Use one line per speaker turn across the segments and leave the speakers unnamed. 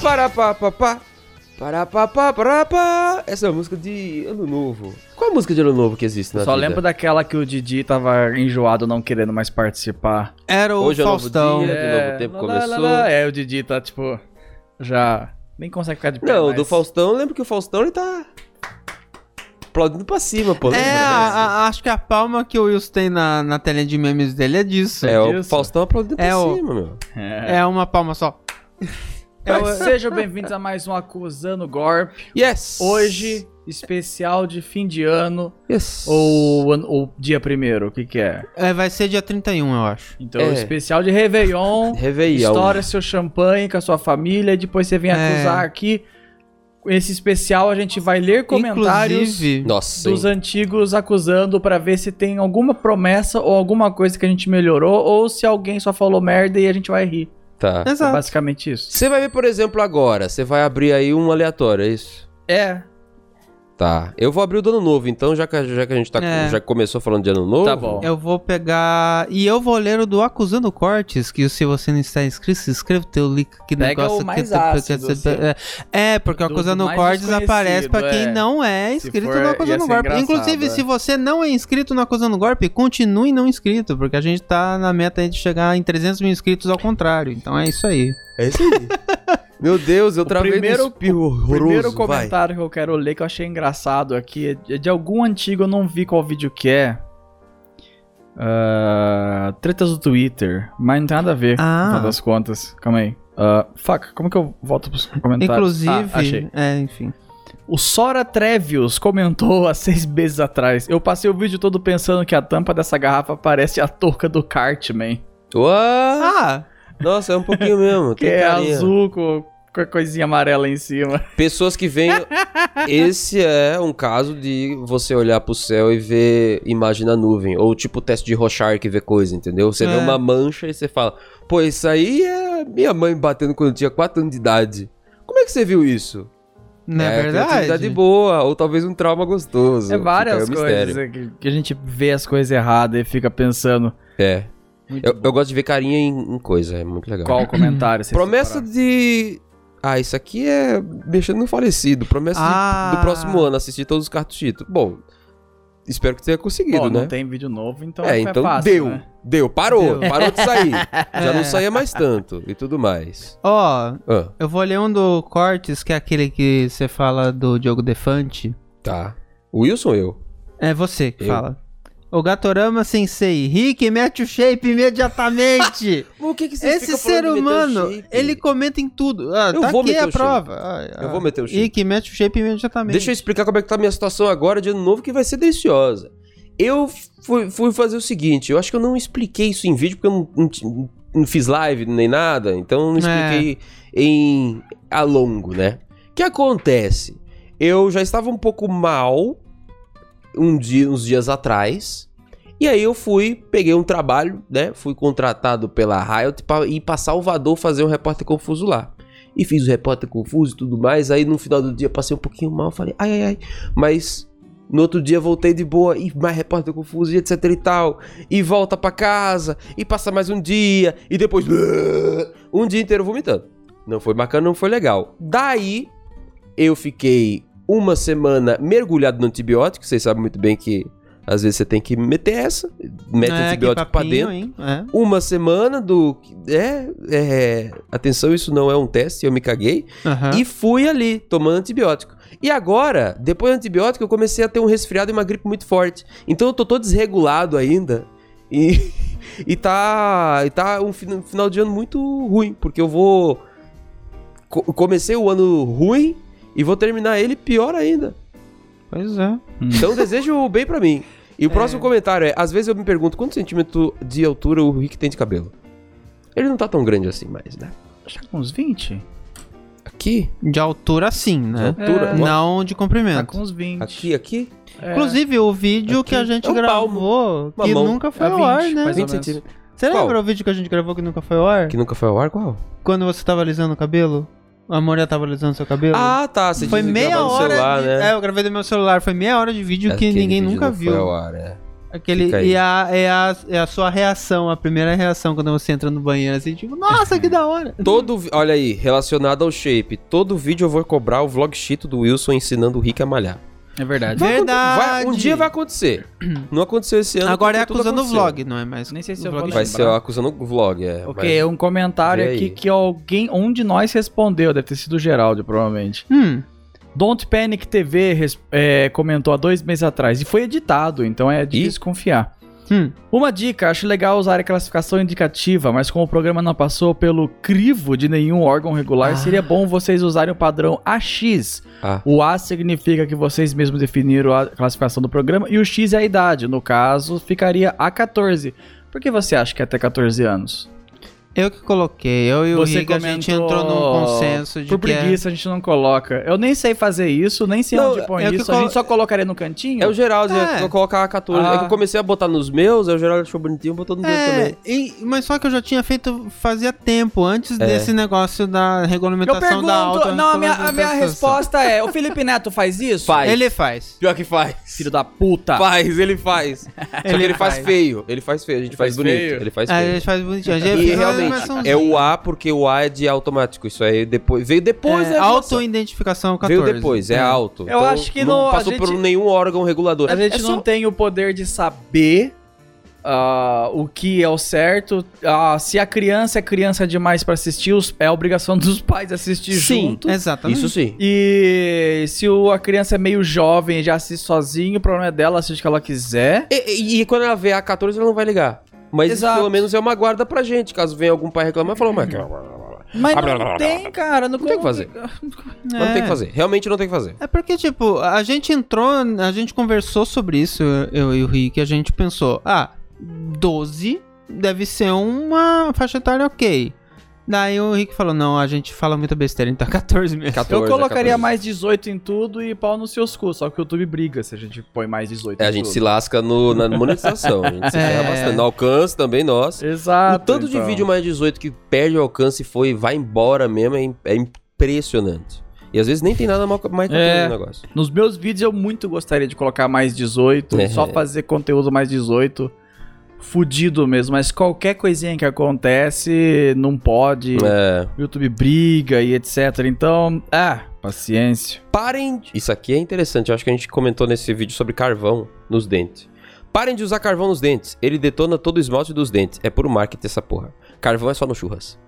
Parapapapá. Parapapá, parapá. Essa é uma música de Ano Novo. Qual a música de Ano Novo que existe na
Só
vida?
lembro daquela que o Didi tava enjoado, não querendo mais participar.
Era o
Hoje é um novo
Faustão.
dia. É, de novo o tempo
lá, lá,
começou.
lá, lá. É, o Didi tá, tipo, já nem consegue ficar de pé
Não,
mais.
do Faustão, eu lembro que o Faustão ele tá aplaudindo pra cima, pô.
É, a- a- acho que a palma que o Wilson tem na, na telinha de memes dele é disso.
É, o
disso.
Faustão aplaudindo
É
pra
o-
cima, meu.
É.
É uma palma só.
É,
Mas Sejam bem-vindos a mais um Acusando Gorp.
Yes!
Hoje, especial de fim de ano
Yes.
ou, an- ou dia primeiro, o que que é?
É, vai ser dia 31, eu acho.
Então,
É.
especial de Réveillon.
Réveillon.
Estoura seu champanhe com a sua família, depois você vem
É.
acusar aqui. Esse especial a gente vai ler comentários
Inclusive,
Nossa,
dos
hein.
antigos acusando pra ver se tem alguma promessa ou alguma coisa que a gente melhorou ou se alguém só falou merda e a gente vai rir.
tá.
É
Exato.
basicamente isso.
Você vai ver, por exemplo, agora. Você vai abrir aí um aleatório, é isso?
É.
Tá. Eu vou abrir o do ano novo, então, já que, já que a gente tá,
É.
já começou falando de ano novo.
Tá bom.
Eu vou pegar. E eu vou ler o do Acusando Cortes, que se você não está inscrito, se inscreva, tem o link aqui tá, no
Pega o
negócio.
mais
que-
ácido,
que-
assim.
É, porque o
Do-
Acusando
do mais
Cortes aparece pra
desconhecido,
quem
é.
não é
Se
inscrito
for,
no
ia
Acusando
ser
Golpe.
engraçado,
Inclusive,
é.
se você não é inscrito no Acusando Golpe, continue não inscrito, porque a gente tá na meta aí de chegar em 300 mil inscritos ao contrário. Então é isso aí.
É isso aí. Meu Deus, eu travei
primeiro-
no espirro horroroso.
Primeiro
vai.
comentário que eu quero ler que eu achei engraçado aqui é de algum antigo, eu não vi qual vídeo que é. Ah, tretas do Twitter, mas não tem nada a ver,
Ah.
no final das contas. Calma aí. Ah, fuck, como que eu volto pros comentários?
Inclusive,
Ah, achei.
é, enfim.
O Sora Trevius comentou há seis meses atrás. Eu passei o vídeo todo pensando que a tampa dessa garrafa parece a touca do Cartman.
Uau!
Ah,
Nossa, é um pouquinho mesmo.
Que
Tem
é
carinha.
azul com, com a coisinha amarela em cima.
Pessoas que veem. Esse é um caso de você olhar pro céu e ver imagem na nuvem. Ou tipo o teste de Rochar que vê coisa, entendeu? Você vê
É.
uma mancha e você fala: pô, isso aí é minha mãe batendo quando eu tinha 4 anos de idade. Como é que você viu isso?
não é,
criatividade
verdade?
né? boa, ou talvez um trauma gostoso.
É várias
Fica aí o mistério.
coisas né? que, que a gente vê as coisas erradas e fica pensando
É. Eu, eu gosto de ver carinha em, em coisa, é muito legal.
qual comentário. vocês
Promessa
separaram.
de. Ah, isso aqui é mexendo no falecido. Promessa de-
Ah.
do próximo ano, assistir todos os cartuchitos. Bom, espero que tenha conseguido,
Bom,
né?
não tem vídeo novo, então
é,
foi
então
fácil,
deu.
né?
Deu, parou,
Deu.
parou de sair. Já
É.
não saía mais tanto e tudo mais.
Ó,
Ah,
Eu vou ler um do Cortes, que é aquele que você fala do Diogo Defante.
tá. Wilson, eu.
É você que
Eu?
fala. O Gatorama Sensei, Rick, mete o shape imediatamente!
O que, que
Esse ser humano, ele comenta em tudo. Ah,
Eu
tá
vou
aqui
meter
a
o shape.
prova. Ah, ah.
Eu vou meter o shape.
Rick, mete o shape imediatamente.
Deixa eu explicar como é que tá a minha situação agora de ano novo, que vai ser deliciosa. Eu fui, fui fazer o seguinte, eu acho que eu não expliquei isso em vídeo, porque eu não, não ti- não fiz live nem nada, então não expliquei em a longo, né? O que acontece? Eu já estava um pouco mal um dia, uns dias atrás, e aí eu fui, peguei um trabalho, né? Fui contratado pela Riot para ir pra Salvador fazer um repórter confuso lá. E fiz o repórter confuso e tudo mais. Aí no final do dia passei um pouquinho mal, falei, ai, ai, ai. Mas no outro dia voltei de boa e mais repórter confuso e etc e tal. E volta pra casa e passa mais um dia e depois um dia inteiro vomitando. Não foi bacana, não foi legal. Daí eu fiquei uma semana mergulhado no antibiótico. Vocês sabem muito bem que às vezes você tem que meter essa, mete
É, que
antibiótico pra
papinho,
dentro
hein? É.
uma semana do. É, é. Atenção, isso não é um teste, eu me caguei.
Aham.
E fui ali, tomando antibiótico. E agora, depois do antibiótico, eu comecei a ter um resfriado e uma gripe muito forte. Então eu tô todo desregulado ainda. E, e tá. E tá um fin- final de ano muito ruim, porque eu vou. co- comecei o ano ruim e vou terminar ele pior ainda.
Pois é.
Então desejo o bem pra mim. E o próximo comentário é: às vezes eu me pergunto quanto centímetro de altura o Rick tem de cabelo. Ele não tá tão grande assim mais, né?
Acho que com uns 20?
Aqui,
De altura, sim,
de
né?
altura. ó,
Não de
Tá
comprimento.
com uns 20.
Aqui, aqui.
É.
Inclusive, o vídeo
Aqui
que a gente
é um
gravou,
Uma
que
mão.
nunca foi
É
ao ar,
20,
né?
Mais ou
20
menos.
centímetros.
Você
Qual?
lembra o vídeo que a gente gravou que nunca foi ao ar?
um Que nunca foi ao ar? Qual?
Quando você tava alisando o cabelo? A Moria tava alisando seu cabelo?
Ah, tá. Você
foi
diz que
meia
grava no
hora.
celular,
de...
né?
É, eu gravei do meu celular. Foi meia hora de vídeo que
Aquele
ninguém
vídeo
nunca
não Foi ao
viu.
ar, é.
Aquele,
Fica aí.
e a, é, a, é a sua reação, a primeira reação quando você entra no banheiro, assim, tipo, nossa, que da hora.
Todo, vi- olha aí, relacionado ao shape, todo vídeo eu vou cobrar o vlog cheat do Wilson ensinando o Rick a malhar.
É verdade.
Vai acon-
Verdade.
vai- um dia vai acontecer. Não aconteceu esse ano.
Agora
porque
é
tudo
acusando o
aconteceu.
vlog, não é mais.
Nem sei se
o
eu
vlog
vou
Vai
lembrar.
ser acusando o vlog, é.
Ok, um comentário
Vê aí.
aqui que alguém, um de nós respondeu, deve ter sido o Geraldo, provavelmente.
Hum,
Don't Panic TV res- é, comentou há dois meses atrás e foi editado, então é difícil confiar.
hum.
Uma dica, acho legal usar a classificação indicativa, mas como o programa não passou pelo crivo de nenhum órgão regular,
Ah.
seria bom vocês usarem o padrão AX.
Ah.
O A significa que vocês mesmos definiram a classificação do programa e o X é a idade, no caso ficaria A14. Por que você acha que é até 14 anos?
Eu que coloquei, eu e o
Você
Rick, a gente
comentou
entrou num consenso de
Por
que é-
preguiça a gente não coloca. Eu nem sei fazer isso, nem sei
Não,
onde põe
é o que
isso.
colo-
A gente só colocaria no cantinho.
É o Geraldo,
É.
eu vou colocar a 14.
Ah.
É que eu comecei a botar nos meus, aí o Geraldo achou bonitinho, botou no dele
É,
também.
e- mas só que eu já tinha feito fazia tempo, antes
É.
desse negócio da
Eu
regulamentação
pergunto.
da alta.
não, a minha, a minha resposta é: o Felipe Neto faz isso? é
Faz.
Ele faz.
Pior que faz.
Filho da puta.
Faz, ele faz. Só que ele faz feio. Ele faz feio, a gente faz,
faz
bonito.
feio?
Ele faz
Ah,
feio.
ele faz bonitinho. Ele
E
fez uma
realmente, é
animaçãozinha.
o A, porque o A é de automático. Isso aí depois, veio depois,
É,
né?
Auto-identificação 14.
Veio depois, é, alto.
Eu acho que não-
não
a
passou
gente-
por nenhum órgão regulador.
A gente
É só-
não tá tem o poder de saber ah, o que é o certo. Ah, se a criança é criança demais pra assistir, os- é obrigação dos pais assistir
Sim.
junto. tá
Exatamente.
Isso sim.
E se o- a criança é meio jovem e já assiste sozinho, o problema é dela, assiste o que ela quiser.
E, e- e quando ela vê a 14, ela não vai ligar. Mas isso,
Exato.
pelo menos é uma guarda pra gente. Caso venha algum pai reclamar, falou, mas
Mas
Ah, blá, blá,
não
blá,
tem, cara. Não,
Não tem o que fazer. não
É.
tem o que fazer. Realmente não tem o que fazer.
É porque, tipo, a gente entrou, a gente conversou sobre isso, eu e o Rick, a gente pensou, ah, 12 deve ser uma faixa etária ok. Daí o Rick falou, não, a gente fala muita besteira, então 14 mesmo.
14,
eu colocaria
14.
mais 18 em tudo e pau nos seus cus. Só que o YouTube briga se a gente põe mais 18
É,
em
a gente se
tudo.
lasca no, na monetização. A gente se
É.
ferra bastante. No alcance também, nós. o
Exato.
tanto de
então.
vídeo mais 18 que perde o alcance e foi, vai embora mesmo, é, im- é impressionante. E às vezes nem tem nada mal mais 14
É.
no negócio.
Nos meus vídeos eu muito gostaria de colocar mais 18,
É.
só fazer conteúdo mais 18. Fudido mesmo, mas qualquer coisinha que acontece, não pode.
É,
O YouTube briga e etc. Então, ah, paciência.
parem. de- Isso aqui é interessante. Eu acho que a gente comentou nesse vídeo sobre carvão nos dentes. Parem de usar carvão nos dentes. Ele detona todo o esmalte dos dentes. É puro marketing essa porra. Carvão é só no churras.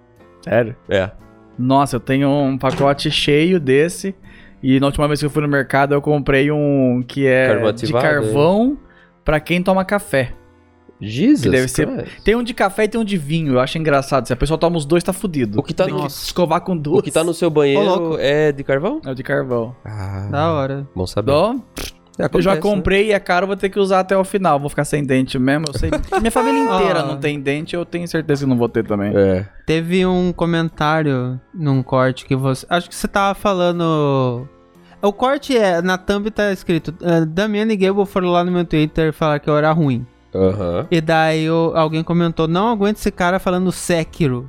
Sério.
É.
Nossa, eu tenho um pacote cheio desse. E na última vez que eu fui no mercado, eu comprei um que é
Carvão
de
ativado, é.
carvão pra quem toma café.
Jesus.
Que deve ser-
Christ.
Tem um de café e tem um de vinho. Eu acho engraçado. Se a pessoa toma os dois, tá fudido.
O que tá
tem
no-
que escovar com duas.
O que tá no seu
Ô,
banheiro
louco.
é de carvão?
É o de carvão.
Ah.
Da hora.
Bom saber.
Dó? eu
Acontece,
já
né?
comprei e é caro, vou ter que usar até o final. Vou ficar sem dente mesmo. Eu sei. Minha família inteira
Ah.
não tem dente, eu tenho certeza que não vou ter também.
É.
Teve um comentário num corte que você. Acho que você tava falando. O corte é. Na thumb tá escrito: eh, Damiano e Gable foram lá no meu Twitter falar que eu era ruim.
Aham.
E daí eu- alguém comentou: Não aguento esse cara falando Sekiro.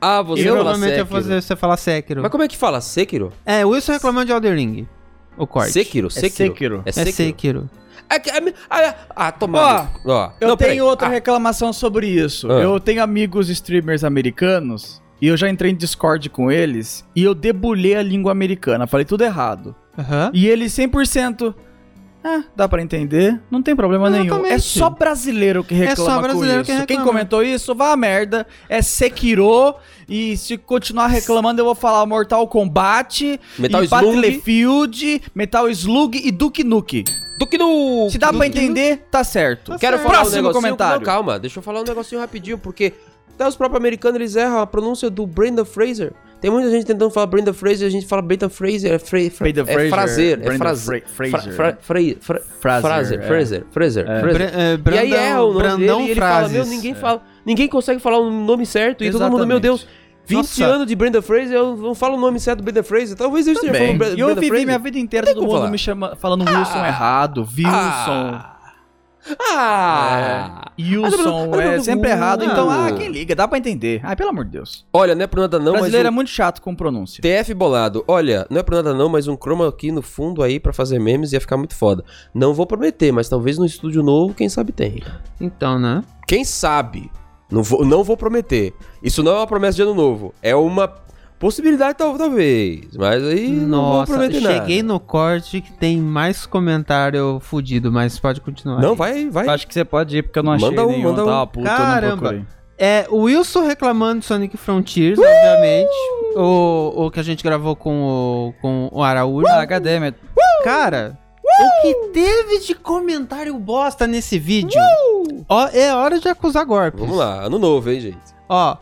Ah, você
e
fala
provavelmente eu
Sekiro.
fosse você falar Sekiro.
Mas como é que fala? Sekiro?
É, o Wilson reclamando de Elden Ring. O corte.
Sekiro? Sekiro? É
É
Sekiro.
Sekiro.
É que- é mi- Ah, ah tomado. Ó,
Eu
não,
tenho
peraí.
outra
Ah,
reclamação sobre isso.
Ah.
Eu tenho amigos streamers americanos e eu já entrei em Discord com eles e eu debulhei a língua americana. Falei tudo errado.
Aham.
E eles 100%. Ah, dá pra entender. Não tem problema nenhum.
Exatamente.
É só brasileiro que reclama
É só
com isso.
brasileiro que
Quem
reclama.
comentou isso, vá a merda. É Sekiro. E se continuar reclamando, eu vou falar Mortal Kombat,
Metal
e
Slug.
Battlefield, Metal Slug e Duke Nuke.
Do que no...
Se dá pra entender, tá certo.
Tá
Quero
certo.
falar um
Próximo
negocinho-
comentário.
Não, calma, deixa eu falar um negocinho rapidinho, porque até os próprios americanos eles erram a pronúncia do Brenda Fraser. Tem muita gente tentando falar Brenda Fraser, a gente fala Brenda Fraser, é, fra, fra,
Brenda
é
Fraser,
fraser, é
Brenda
fraser,
Fra-
fra-
Fraser.
fra- fra- fra-
Fraser,
fraser,
é.
fraser, fraser,
Bra-
fraser.
eh,
e aí é o nome
Brandão
dele, e ele fala,
Frases.
meu, ninguém fala, ninguém consegue falar o nome certo, e todo mundo, meu
Exatamente.
Deus, 20
Nossa.
anos de Brenda Fraser, eu não falo o nome certo do Brenda Fraser, talvez eu esteja
Bem,
falando Bra-
e eu
Brenda
vivi
Fraser.
minha vida inteira
Tem
todo
como
mundo
falar. Ah.
me chama, falando Wilson errado, Wilson.
Ah! Ah!
Wilson,
Ah,
é
não,
sempre
não,
errado.
não.
Então, ah, quem liga? Dá pra entender. Ah, pelo amor de Deus.
Olha, não é por nada não, mas
Brasileiro é
um
muito chato com pronúncia.
TF bolado. Olha, não é por nada não, mas um chroma aqui no fundo aí pra fazer memes ia ficar muito foda. Não vou prometer, mas talvez no estúdio novo, quem sabe tem.
Então, né?
Quem sabe? Não vou, não vou prometer. Isso não é uma promessa de ano novo. É uma possibilidade, tal- talvez. Mas aí não vou
Nossa,
prometer
cheguei no corte que tem mais comentário fudido, mas pode continuar.
nada. Não, vai, vai.
Acho que você pode ir, porque eu não achei
Manda um,
nenhum.
manda um.
Tava puto, eu não
Caramba.
procurei.
É, o Wilson reclamando de Sonic Frontiers, obviamente.
Uh!
O, o que a gente gravou com o, com o Araújo.
Ah, Uh! cadê? meu-
Cara, o que teve de comentário bosta nesse vídeo?
Uh!
Ó, é hora de acusar golpes.
Vamos lá, ano novo, hein, gente.
Ó,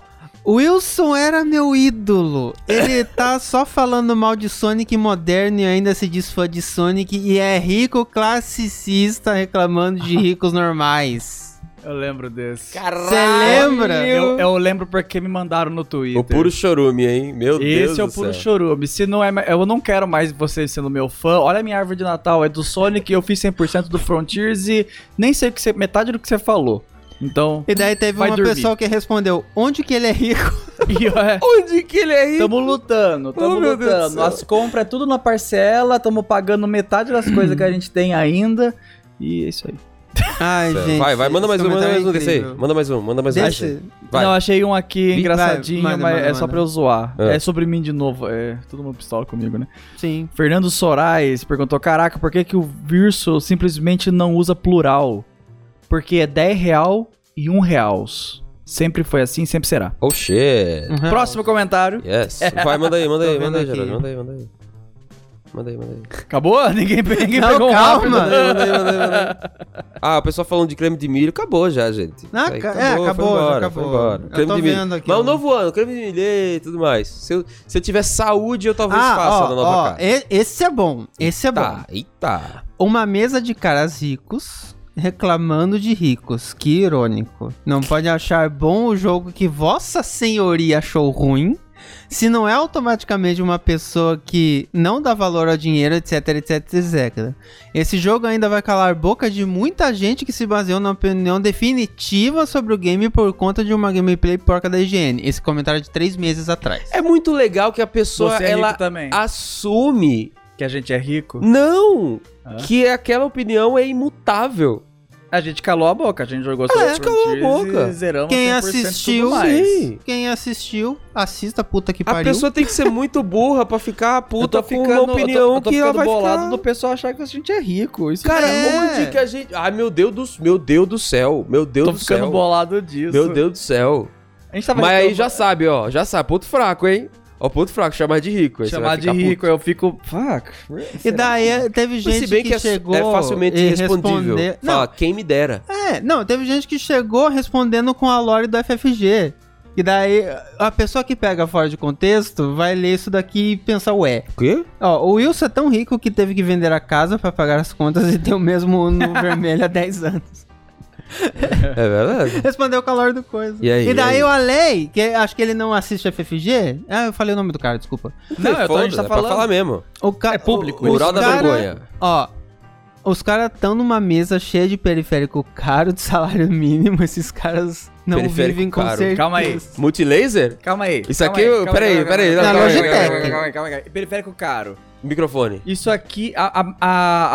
o Wilson era meu ídolo. Ele tá só falando mal de Sonic moderno e ainda se diz fã de Sonic e é rico classicista reclamando de ricos normais.
Eu lembro desse.
Caralho!
Você lembra?
Eu, eu lembro porque me mandaram no Twitter.
O puro chorume, hein? Meu Deus
Esse é o
do
puro
céu.
chorume. Se não é, eu não quero mais você sendo meu fã. Olha a minha árvore de Natal, é do Sonic, eu fiz 100% do Frontiers e nem sei o que você, metade do que você falou. Então,
E daí teve
Vai
uma
dormir.
pessoa que respondeu: onde que ele é rico?
e, é,
Onde que ele é
tamo lutando, tamo
Oh, meu Deus do
lutando.
céu.
As compras é tudo na parcela, tamo pagando metade das coisas que a gente tem ainda. E é isso aí.
Ai, gente.
Vai, vai, manda
esse
mais um, manda
comentário
mais um
é
desse aí.
incrível.
Manda mais um, manda mais um.
Desse-
desse aí. Vai.
Não, achei um aqui engraçadinho,
manda,
mas
manda,
é só
manda.
pra eu zoar.
Ah.
É sobre mim de novo. É, todo mundo pistola comigo, né?
Sim.
Fernando Soares perguntou: Caraca, por que, que o Virso simplesmente não usa plural? Porque é 10 real e 1 reais. Sempre foi assim, sempre será.
Oh shit.
Uhum.
Próximo comentário.
Yes. Vai, manda aí, manda
Tô
aí,
vendo
manda aí,
aqui.
Geraldo. Manda aí, manda aí. Manda aí, manda aí.
Acabou? Ninguém, pe- ninguém
Não,
pegou um
calma.
rápido.
Manda aí, né? manda aí, manda aí, manda aí. Ah, o pessoal falando de creme de milho, acabou já, gente.
Ah,
Isso aí
ca- é,
foi
acabou, já
embora,
acabou.
Foi embora.
Eu
Creme
tô
de milho.
vendo aqui,
Mas
ó.
o novo ano, creme de milho e tudo mais. Se eu, se eu tiver saúde, eu talvez faça
Ah,
na
ó,
nova
ó,
casa.
e- esse é bom. Esse é bom.
Tá, eita.
Uma mesa de caras ricos reclamando de ricos. Que irônico. Não pode achar bom o jogo que Vossa Senhoria achou ruim. Se não é automaticamente uma pessoa que não dá valor ao dinheiro, etc, etc, etc. Esse jogo ainda vai calar a boca de muita gente que se baseou na opinião definitiva sobre o game por conta de uma gameplay porca da IGN. Esse comentário de três meses atrás.
É muito legal que a pessoa,
Você é
ela
rico também.
assume...
Que a gente é rico.
Não!
Ah.
Que aquela opinião é imutável.
A gente calou a boca, a gente jogou
A gente É, calou a
Frontiers
boca.
e zeramos
Quem
100% tudo
assistiu,
mais.
sim.
Quem assistiu, assista puta que
A
pariu.
pessoa tem que ser muito burra pra ficar
Eu
puta
tô
com
ficando,
uma opinião
eu tô, eu tô
que ela vai
ficando bolado
ficar...
do pessoal achar que a gente é rico. Isso
Cara,
É.
onde que a gente... Ai, meu Deus do, meu Deus do céu. Meu Deus
tô
do
ficando
céu.
bolado Tá, disso.
Meu Deus do céu.
A gente tava
Mas aí
reclamando-
já sabe, ó. Já sabe. Ponto fraco, hein? Ó, ponto fraco. Chamar de rico. aí você
chamar
vai
de
ficar puto.
rico, eu fico. Fuck.
E daí teve
Mas
gente
se bem
que,
que, é,
chegou
é facilmente
e
irrespondível.
respondeu- Não,
Fala, quem me dera.
é, não, teve gente que chegou respondendo com a lore do FFG. E daí a pessoa que pega fora de contexto vai ler isso daqui e pensar, ué.
O quê?
Ó, o Wilson é tão rico que teve que vender a casa pra pagar as contas e tem o mesmo no vermelho há 10 anos.
É verdade.
Respondeu com a lore do coisa.
E é aí,
daí
e aí?
o Alei, que acho que ele não assiste FFG. Ah, eu falei o nome do cara, desculpa.
Não, eu tô- a gente tá
é pra
falando-
falar mesmo.
O ca...
É público,
o- os
Mural da
cara-
vergonha.
Ó, os caras estão numa mesa cheia de periférico caro, de salário mínimo. Esses caras não
Periférico
vivem com
caro.
certeza.
Calma aí.
Multilaser?
Calma aí.
Isso
calma
aqui,
aí,
eu-
calma
peraí,
aí, calma
peraí,
aí,
não,
calma aí,
calma aí,
calma aí,
calma aí,
Calma aí, calma aí. Periférico caro.
Microfone.
Isso aqui, a, a,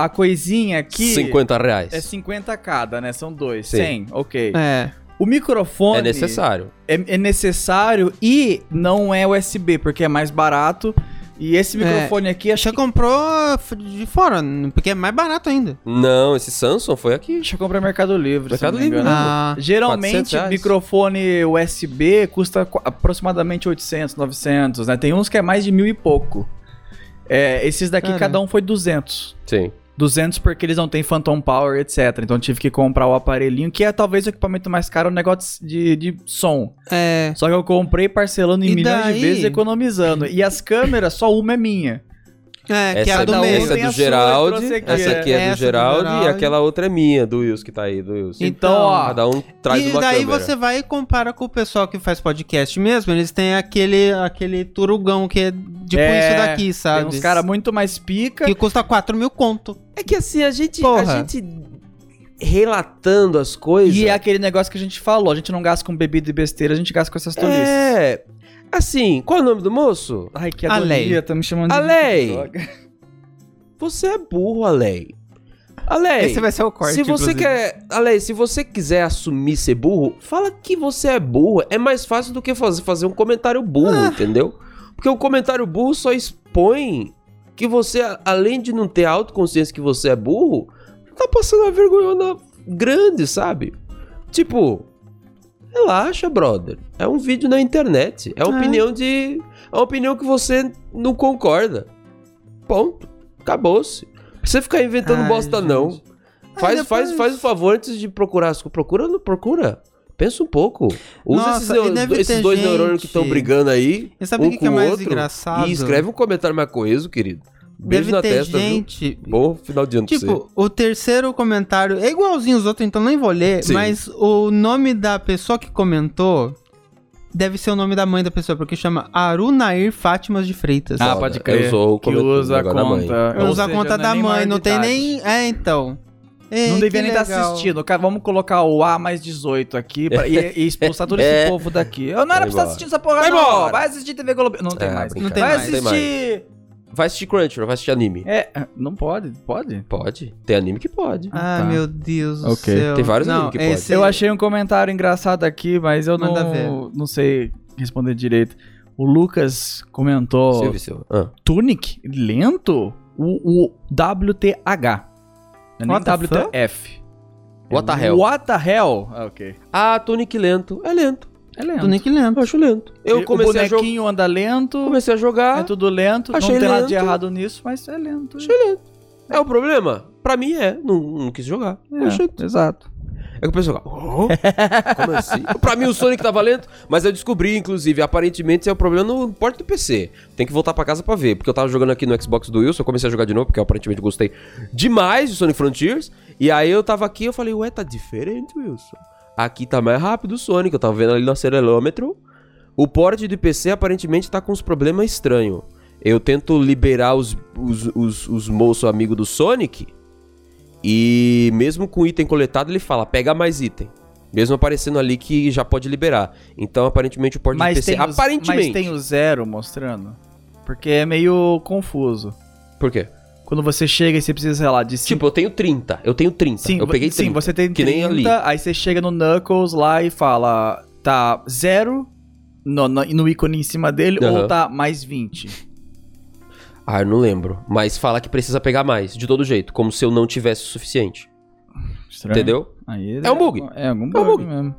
a, a coisinha aqui
50 reais.
é 50 cada, né? São dois.
Sim.
100, ok.
É.
O microfone
é necessário.
é- é necessário e não é USB, porque é mais barato. E esse
É.
microfone aqui, acho
Você
que
comprou f- de fora, porque é mais barato ainda.
Não, esse Samsung foi aqui.
deixa eu comprar Mercado Livre. se
Mercado
não me
Livre,
engano.
né?
Ah,
Geralmente,
400 reais.
microfone USB custa qu- aproximadamente 800, 900, né? Tem uns que é mais de mil e pouco. É, esses daqui,
Cara.
cada um foi 200.
Sim.
200 porque eles não têm Phantom Power, etc. Então tive que comprar o aparelhinho, que é talvez o equipamento mais caro, um negócio de, de som.
é.
Só que eu comprei parcelando em
E
milhões
daí?
de vezes, economizando. E as câmeras, só uma é minha.
É, que é a
Essa,
do
cada um
meio.
essa é
tem a
do
sua,
Geraldo,
trouxe aqui,
essa
é.
aqui é,
Essa
do
do
Geraldo e
Geraldo.
aquela outra é minha, do Wilson, que tá aí, do Wilson.
E-
Então,
Então,
ó.
Cada um traz
e
uma
daí
câmera.
você vai e compara com o pessoal que faz podcast mesmo. Eles têm aquele, aquele turugão que é tipo
É,
isso daqui,
Tem
sabe?
uns caras muito mais pica.
que custa 4 mil conto.
É que assim, a gente,
Porra.
a gente relatando as coisas.
E é aquele negócio que a gente falou, a gente não gasta com bebida e besteira, a gente gasta com essas tolices.
É. Assim, qual é o nome do moço?
Ai, que
Alei.
agonia, tá me chamando
Alei.
de droga.
Você é burro, Alei. Alei.
Esse vai ser o corte,
se você
inclusive.
quer, Ale, se você quiser assumir ser burro, fala que você é burro. É mais fácil do que faz- fazer um comentário burro,
Ah.
entendeu? Porque o comentário burro só expõe que você, a- além de não ter autoconsciência que você é burro, tá passando uma vergonhona grande, sabe? Tipo, relaxa, brother. É um vídeo na internet. É uma
É.
opinião de. É uma opinião que você não concorda. Ponto. Acabou-se. Não Precisa ficar inventando
Ai,
bosta,
gente.
não. Faz,
depois-
faz, faz o favor antes de procurar as coisas. Procura, não procura. Pensa um pouco. Usa
Nossa,
esses,
e
neu-
deve
esses
ter
dois neurônios que
gente-
estão brigando aí.
E sabe
um
o que, que é
com o
mais
outro,
engraçado?
E escreve um comentário mais coeso, querido. Beijo
Deve
na
ter
testa,
gente.
viu? Bom final de ano pra você.
Tipo, o terceiro comentário é igualzinho os outros, então nem vou ler,
Sim.
mas o nome da pessoa que comentou deve ser o nome da mãe da pessoa, porque chama Arunair Fátimas de Freitas.
Ah,
Foda.
pode crer.
Eu sou o
que
coment-
usa a
negócio da mãe.
conta.
Não
Ou
usa a
seja,
conta
não é
da
nem
mãe,
maior
não
de
tem
idade.
nem. É, então. Ei,
Não
que
devia nem estar
legal.
assistindo. Cara, vamos colocar o A mais 18 aqui pra, e, e expulsar todo
É.
esse povo daqui. Eu não era pra
Vai
estar
embora.
assistindo essa porra,
Vai
não.
embora.
Vai assistir TV Globo. Não tem
É,
mais.
brincadeira.
Não tem
vai
mais.
Não tem mais.
assistir.
Vai assistir Crunchyroll, vai assistir anime.
É, não pode, pode.
Pode. Tem anime que pode.
Ah,
Tá.
meu Deus do
Ok.
céu.
Tem vários
não,
amigos que
esse,
Eu achei um comentário engraçado aqui, mas eu
Manda
não, não sei responder direito. O Lucas comentou
Seu Viseu. Ah.
Tunic lento? O, o WTH. Não é
What the
nem WTF.
What the
É
hell?
What the hell? Ah, ok.
Ah, Tunic lento. É lento.
É lento.
do Nick
Eu
Lento.
acho lento. Eu
o
comecei a, jo-
bonequinho anda lento,
comecei a jogar.
é tudo lento, não
Achei
tem nada de
lento.
errado nisso, mas é lento.
É o problema? Pra mim é. Não, não quis jogar. Eu achei-
É, exato.
É que o pessoal fala, "Oh? Como assim? pra mim o Sonic tava lento, mas eu descobri, inclusive, aparentemente é o problema no porta do PC. Tem que voltar pra casa pra ver, porque eu tava jogando aqui no Xbox do Wilson, eu comecei a jogar de novo, porque eu aparentemente gostei demais de Sonic Frontiers. E aí eu tava aqui, eu falei, ué, tá diferente, Wilson. Aqui tá mais rápido o Sonic, eu tava vendo ali no acelerômetro. O port do PC aparentemente tá com uns problemas estranhos. Eu tento liberar os, os, os, os moços amigos do Sonic, e mesmo com o item coletado, ele fala, pega mais item. Mesmo aparecendo ali que já pode liberar. Então, aparentemente, o porte de
Mas
PC...
tem, o,
aparentemente!
mas tem o zero mostrando, porque é meio confuso.
Por quê?
Quando você chega e você precisa, sei lá, de cinco-
Tipo, eu tenho 30. Eu tenho 30. eu
vo-
peguei 30.
sim, você tem 30,
que nem ali.
aí você chega no Knuckles lá e fala, tá zero no, no, no ícone em cima dele
Aham.
ou tá mais 20.
Ah, eu não lembro. Mas fala que precisa pegar mais, de todo jeito. Como se eu não tivesse o suficiente.
Estranho.
Entendeu?
Aí
É um bug.
É algum bug,
É um bug.
mesmo.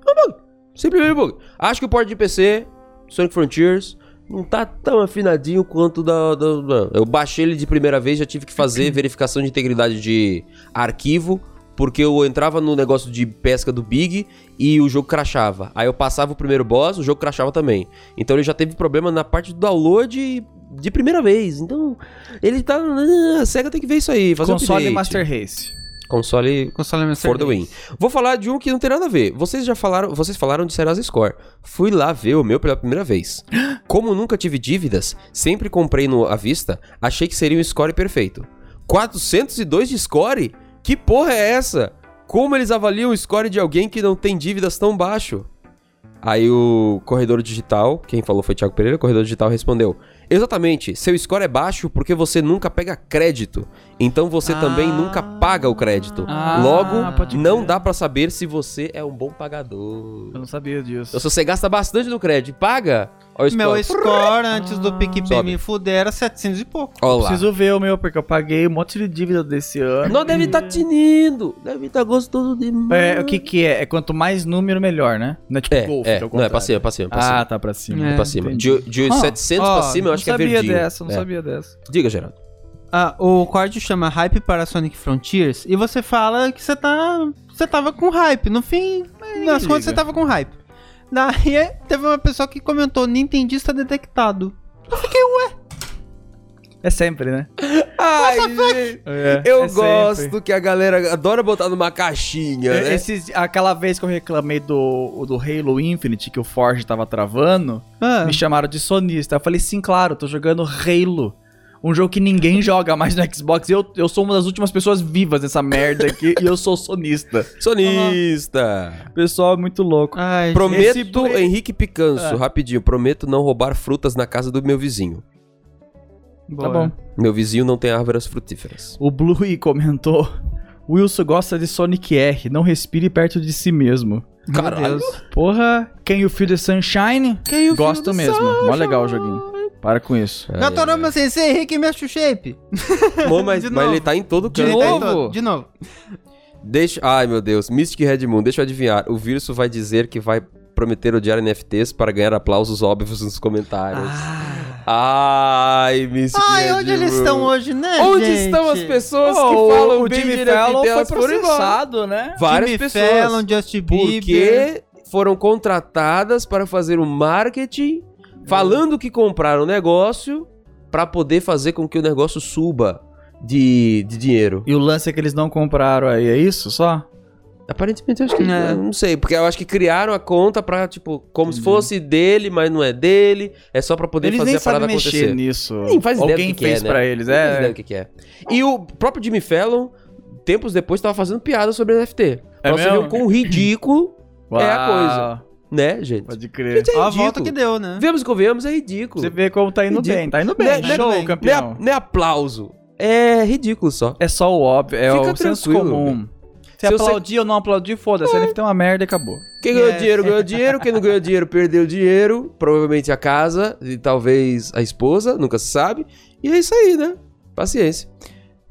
Simplesmente bug. Acho que o porte de PC, Sonic Frontiers, não tá tão afinadinho quanto o da, da- da- Eu baixei ele de primeira vez, já tive que fazer verificação de integridade de arquivo, porque eu entrava no negócio de pesca do Big e o jogo crashava. Aí eu passava o primeiro boss, o jogo crashava também. Então ele já teve problema na parte do download de primeira vez. Então, ele tá. A SEGA tem que ver isso aí. Fazer um
Console
update.
Master Race.
Console
Console é Master
For the
Race.
win. Vou falar de um que não tem nada a ver. Vocês já falaram, vocês falaram de Serasa Score. Fui lá ver o meu pela primeira vez. Como nunca tive dívidas, sempre comprei no à vista, achei que seria um score perfeito. 402 de score? Que porra é essa? Como eles avaliam o score de alguém que não tem dívidas tão baixo? Aí o corredor digital, quem falou foi Thiago Pereira, o corredor digital respondeu: Exatamente, seu score é baixo porque você nunca pega crédito. Então você também
Ah.
nunca paga o crédito.
Ah, pode
Logo, não
crer.
dá pra saber se você é um bom pagador.
Eu não sabia disso.
Então, se você gasta bastante no crédito e paga, olha o
Meu
score.
score antes do PicPay
Sobe.
me fuder era 700 e pouco.
Olha lá.
Preciso ver o meu, porque eu paguei um monte de dívida desse ano.
Não deve estar tá tinindo, deve estar gostoso demais.
É, o que que é? É quanto mais número, melhor, né? Não é tipo
É,
golfe,
é,
que
não,
o
é pra
contrário.
cima, pra cima, pra cima.
Ah, tá pra cima.
É,
pra cima.
entendi.
De, de
Ó,
700
ó,
pra cima, eu acho que é
Não
verdinho.
sabia dessa, não
É.
sabia dessa.
Diga, Geraldo.
Ah, o corte chama Hype para Sonic Frontiers e você fala que você tá. Você tava com hype. No fim das
liga.
contas, você tava com hype. Daí é, teve uma pessoa que comentou: Nintendista detectado.
É sempre, né?
Ai, gente, eu
é sempre.
gosto que a galera adora botar numa caixinha,
É,
né?
esses- aquela vez que eu reclamei do, do Halo Infinite, que o Forge tava travando,
Ah,
me chamaram de sonista. Eu falei, sim, claro, tô jogando Halo. Um jogo que ninguém joga mais no Xbox. E eu, eu sou uma das últimas pessoas vivas nessa merda aqui. e eu sou sonista.
Sonista!
Pessoal, é muito louco.
Ai,
Prometo,
do-
Henrique
É.
Picanço, rapidinho, prometo não roubar frutas na casa do meu vizinho.
Tá
bora.
bom.
Meu vizinho não tem árvores frutíferas.
O Bluey comentou. Wilson gosta de Sonic R, não respire perto de si mesmo.
Meu
Caralho.
Deus.
Porra, quem o Feel the Sunshine?
Quem o
Gosto mesmo. Mó legal o joguinho. Para com isso.
Gatorama Sensei, Henrique Mestre Shape.
Bom, mas,
De
mas
novo.
ele tá em todo
De
canto.
Ele tá em
novo?
todo- De novo.
Deixa, ai meu Deus, Mystic Red Moon, deixa eu adivinhar. O vírus vai dizer que vai prometer odiar NFTs para ganhar aplausos óbvios nos comentários. Ai, Mystic
Ah. Ai,
Red
onde eles
Moon.
estão hoje, né,
Onde
gente?
estão as pessoas
Oh,
que falam
o
bem
Jimmy
de
Fallon
NFT?
foi
Elas foram embora.
processado, né?
Várias
Jimmy
pessoas.
Fallon, Justin Bieber.
porque foram contratadas para fazer o marketing, falando que compraram o negócio para poder fazer com que o negócio suba de, de dinheiro.
E o lance é que eles não compraram aí, é isso só?
Aparentemente eu acho que
É.
eu não sei, porque eu acho que criaram a conta pra, tipo, como se fosse dele, mas não é dele, é só pra poder
Uhum. eles
fazer
nem
a parada
sabem mexer
acontecer.
nisso.
Nem faz ideia do
Alguém
que que é,
fez
né?
pra eles,
Não faço ideia
é.
do que que é. E o próprio Jimmy Fallon, tempos depois, tava fazendo piada sobre NFT.
É
Pra você ver
mesmo?
o quão ridículo, É a coisa. né, gente?
Pode
Gente,
crer.
é
Ó a
ridículo.
volta que deu, né?
Vemos e convenhamos, é ridículo.
Você vê como tá indo
Ridículo.
bem, tá indo
Né-
bem.
né-
Show,
né-
Não é,
campeão.
não é aplauso, é ridículo só.
É só o óbvio, é
Fica
o senso
tranquilo,
comum. Se,
Se você-
aplaudir ou não aplaudir, foda-se, ele tem é uma merda e acabou.
Quem ganhou
É.
dinheiro, ganhou dinheiro. Quem não ganhou dinheiro, perdeu dinheiro. Provavelmente a casa e talvez a esposa, nunca se sabe. E é isso aí, né? Paciência.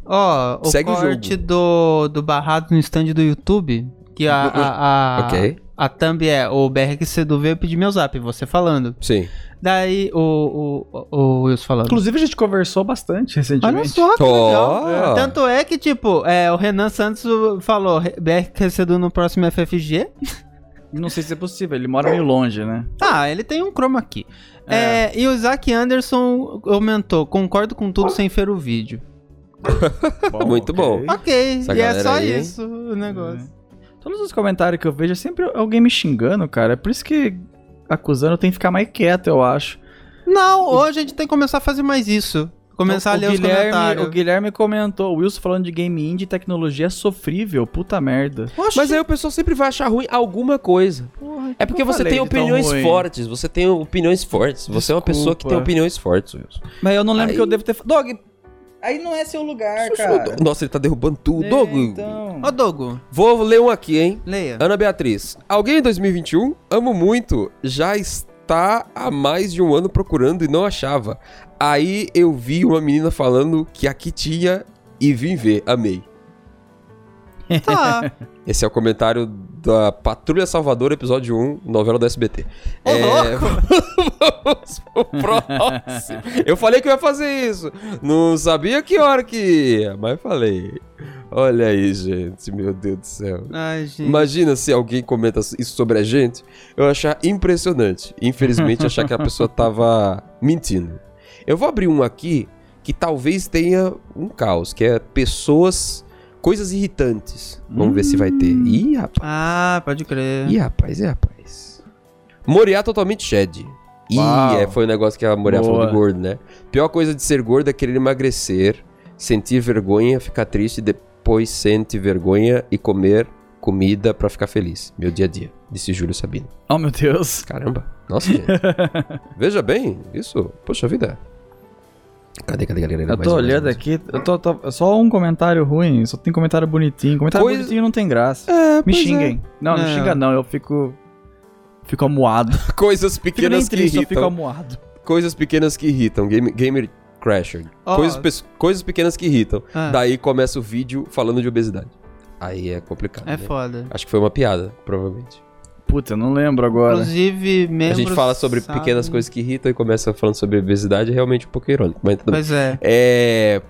Ó, o
Segue o
corte do, do Barrado no stand do YouTube, que a, a,
Ah.
a,
Ok.
a thumb é o BRQC do veio pedir meu zap, você falando.
Sim.
Daí o, o, o, o Wilson falando.
Inclusive, a gente conversou bastante recentemente.
Olha só, que
Ó.
legal. É. Tanto é que, tipo, é, o Renan Santos falou, "Re- BRQC do no próximo FFG.
Não sei se é possível, ele mora meio longe, né?
Ah, ele tem um chroma aqui. É, e o Zack Anderson comentou, concordo com tudo sem fer o vídeo.
Bom,
Muito bom.
Ok,
Essa
e é
galera
só
aí, hein?
isso o negócio.
É. Todos os comentários que eu vejo é sempre alguém me xingando, cara. É por isso que acusando tem que ficar mais quieto, eu acho.
Não, hoje a gente tem que começar a fazer mais isso. Começar
O
a ler os
Guilherme-
comentários.
O Guilherme comentou, o Wilson falando de game indie e tecnologia é sofrível, puta merda.
Oxe,
Mas aí o pessoal sempre vai achar ruim alguma coisa.
Porra,
É porque
eu
você
falei
tem
de tão
opiniões
ruim?
fortes. Você tem opiniões fortes. Você é uma pessoa que tem
Desculpa.
opiniões fortes, Wilson.
Mas eu não lembro
Aí-
que eu devo ter falado. Dog, aí não é seu lugar, cara.
Nossa, ele tá derrubando tudo.
É,
Dogo,
então.
Ô, Dogo,
Vou ler um aqui, hein?
leia.
Ana Beatriz, alguém em 2021, amo muito, já está há mais de um ano procurando e não achava. Aí eu vi uma menina falando que aqui tinha e vim ver, amei.
Tá.
Esse é o comentário da Patrulha Salvador, episódio 1, novela do SBT.
Ô, louco.
É, Vamos pro próximo. Eu falei que eu ia fazer isso. Não sabia que hora que ia, mas falei. Olha aí, gente, meu Deus do céu.
Ai, gente.
Imagina se alguém comenta isso sobre a gente, eu achar impressionante. Infelizmente, achar que a pessoa tava mentindo. Eu vou abrir um aqui que talvez tenha um caos, que é pessoas, coisas irritantes. Vamos ver se vai ter. Ih, rapaz.
Ah, pode crer.
Ih, rapaz, é rapaz. Moriá totalmente shed. Ih,
Uau.
é, foi o negócio que a Moriá falou
Boa.
do gordo, né? Pior coisa de ser gordo é querer emagrecer, sentir vergonha, ficar triste, depois sente vergonha e comer comida pra ficar feliz. Meu dia a dia, disse Júlio Sabino.
Oh, meu Deus.
Caramba. Nossa, gente. Veja bem, isso. Poxa vida. Cadê, cadê, cadê? cadê?
Eu
Mais
tô
um, mais um,
olhando
mais um.
aqui, eu tô, tô- só um comentário ruim, só tem comentário bonitinho. Comentário
Coisa-
bonitinho não tem graça.
É,
Me
pois é.
xinguem. Não, não
É.
xinga não, eu fico... Fico amuado.
Coisas
Fico nem
pequenas que
triste, um eu fico
irritam.
amuado.
Coisas pequenas que irritam. Game, gamer Crasher.
Ó,
Coisas, pe- coisas pequenas que irritam.
ah,
Daí começa o vídeo falando de obesidade. Aí é complicado.
É
né?
foda.
Acho que foi uma piada, provavelmente.
Puta, eu não lembro agora.
Inclusive,
A
membros
gente fala sobre
sabem-
pequenas coisas que irritam e começa falando sobre obesidade, é realmente um pouco irônico, mas tudo bem.
Pois é.
É.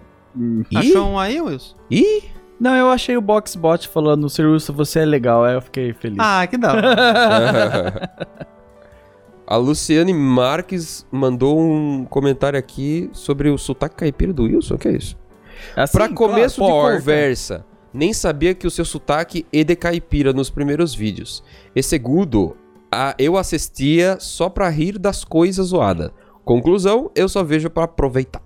Achou um aí, Wilson?
Ih, ih,
Não, eu achei o Boxbot falando, Sir Wilson, você é legal. Aí eu fiquei feliz.
Ah, que da
A Luciane Marques mandou um comentário aqui sobre o sotaque caipira do Wilson, o que é isso?
Assim,
Pra começo
claro, porta.
de conversa, nem sabia que o seu sotaque é de caipira nos primeiros vídeos. E segundo, a- eu assistia só pra rir das coisas zoadas. Conclusão, eu só vejo pra aproveitar.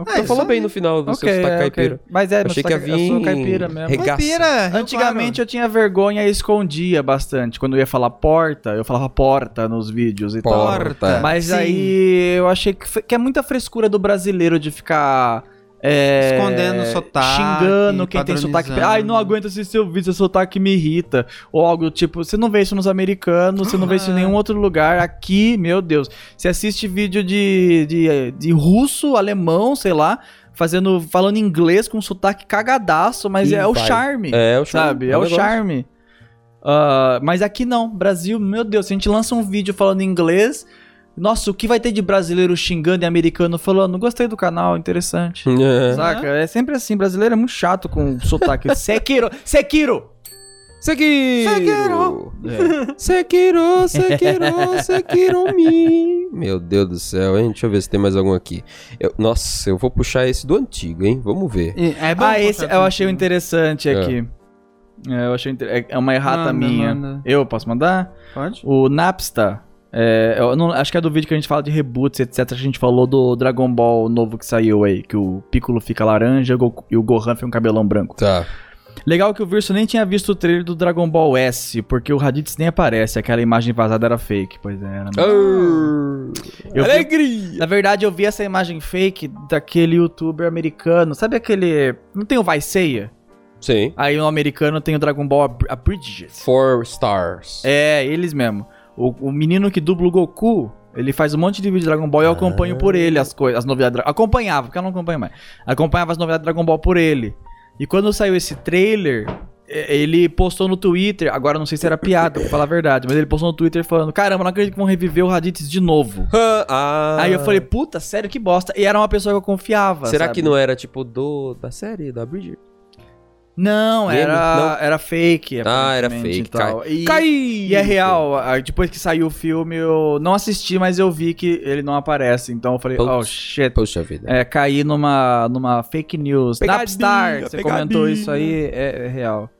Então
isso
falou
aí.
bem no final do seu
Ok,
sotaque
é, ok.
caipira.
Mas é, meu
Achei que um ia
sotaque- eu
vir
sou caipira mesmo.
rega- Regaça.
Caipira, eu,
Antigamente
claro.
eu tinha vergonha e escondia bastante. Quando eu ia falar porta, eu falava porta nos vídeos e tal.
Porta.
Mas
Sim.
aí eu achei que, fe- que é muita frescura do brasileiro de ficar. é,
Escondendo o sotaque,
Xingando quem tem sotaque.
padronizando.
Ai, não aguento assistir seu vídeo, seu sotaque me irrita. Ou algo tipo, você não vê isso nos americanos, você não vê isso em
Ah, é.
nenhum outro lugar. Aqui, meu Deus. Você assiste vídeo de, de, de russo, alemão, sei lá, fazendo, falando inglês com sotaque cagadaço, mas
Ih,
é o
vai.
charme
É, o charme.
sabe? É o
negócio.
charme. Ah, mas aqui não, Brasil, meu Deus, se a gente lança um vídeo falando inglês, nossa, o que vai ter de brasileiro xingando e americano falando, gostei do canal, interessante.
É.
Saca? É sempre assim, brasileiro é muito chato com sotaque. Sekiro, Sekiro!
Sekiro!
Sekiro.
Sekiro, Sekiro, Sekiro me. Meu Deus do céu, hein? Deixa eu ver se tem mais algum aqui. Eu- nossa, eu vou puxar esse do antigo, hein? Vamos ver.
É bom
Ah, esse
puxar
eu achei o
assim.
interessante aqui. É, eu achei inter- é- é uma errata
Manda,
minha.
manda.
Eu posso mandar?
Pode?
O Napsta. é, eu não- acho que é do vídeo que a gente fala de reboots, etc. A gente falou do Dragon Ball novo que saiu aí, que o Piccolo fica laranja e o Goku- e o Gohan fica um cabelão branco.
Tá.
Legal que o Virso nem tinha visto o trailer do Dragon Ball S, porque o Raditz nem aparece, aquela imagem vazada era fake, pois é, era. né?
Ah.
Eu
é
vi-
Alegria!
Na verdade, eu vi essa imagem fake daquele youtuber americano. Sabe aquele. Não tem o Vai Seiya?
Sim.
Aí o americano tem o Dragon Ball Ab- Abridged.
Four stars.
É, eles mesmo. O, o menino que dubla o Goku, ele faz um monte de vídeo de Dragon Ball e eu acompanho por ele as coisas, as novidades. Dra- Acompanhava, porque eu não acompanho mais. Acompanhava as novidades de Dragon Ball por ele. E quando saiu esse trailer, e- ele postou no Twitter, agora não sei se era piada, pra falar a verdade, mas ele postou no Twitter falando: Caramba, não acredito que vão reviver o Raditz de novo.
Hã, ah.
Aí eu falei, puta, sério, que bosta. E era uma pessoa que eu confiava.
Será
sabe?
que não era tipo do da série da Bridget?
Não,
Game?
era,
Não.
era fake.
Ah, era
aparentemente,
fake,
e tal. E-
Cai!
E é real, ah, depois que saiu o filme, eu não assisti, mas eu vi que ele não aparece. Então eu falei,
Putz.
oh shit.
Poxa vida.
É, caí numa, numa fake news.
Pegadinha,
Napstar, você
pegadinha.
comentou isso aí, é, é real.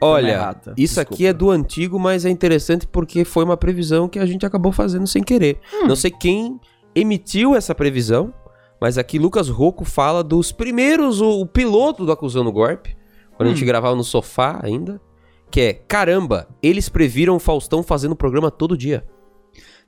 Olha,
errata.
isso aqui
Desculpa.
é do antigo, mas é interessante porque foi uma previsão que a gente acabou fazendo sem querer. Não sei quem emitiu essa previsão, mas aqui Lucas Rocco fala dos primeiros, o, o piloto do Acusando Golpe, quando a gente gravava no sofá ainda, que é, caramba, eles previram o Faustão fazendo programa todo dia.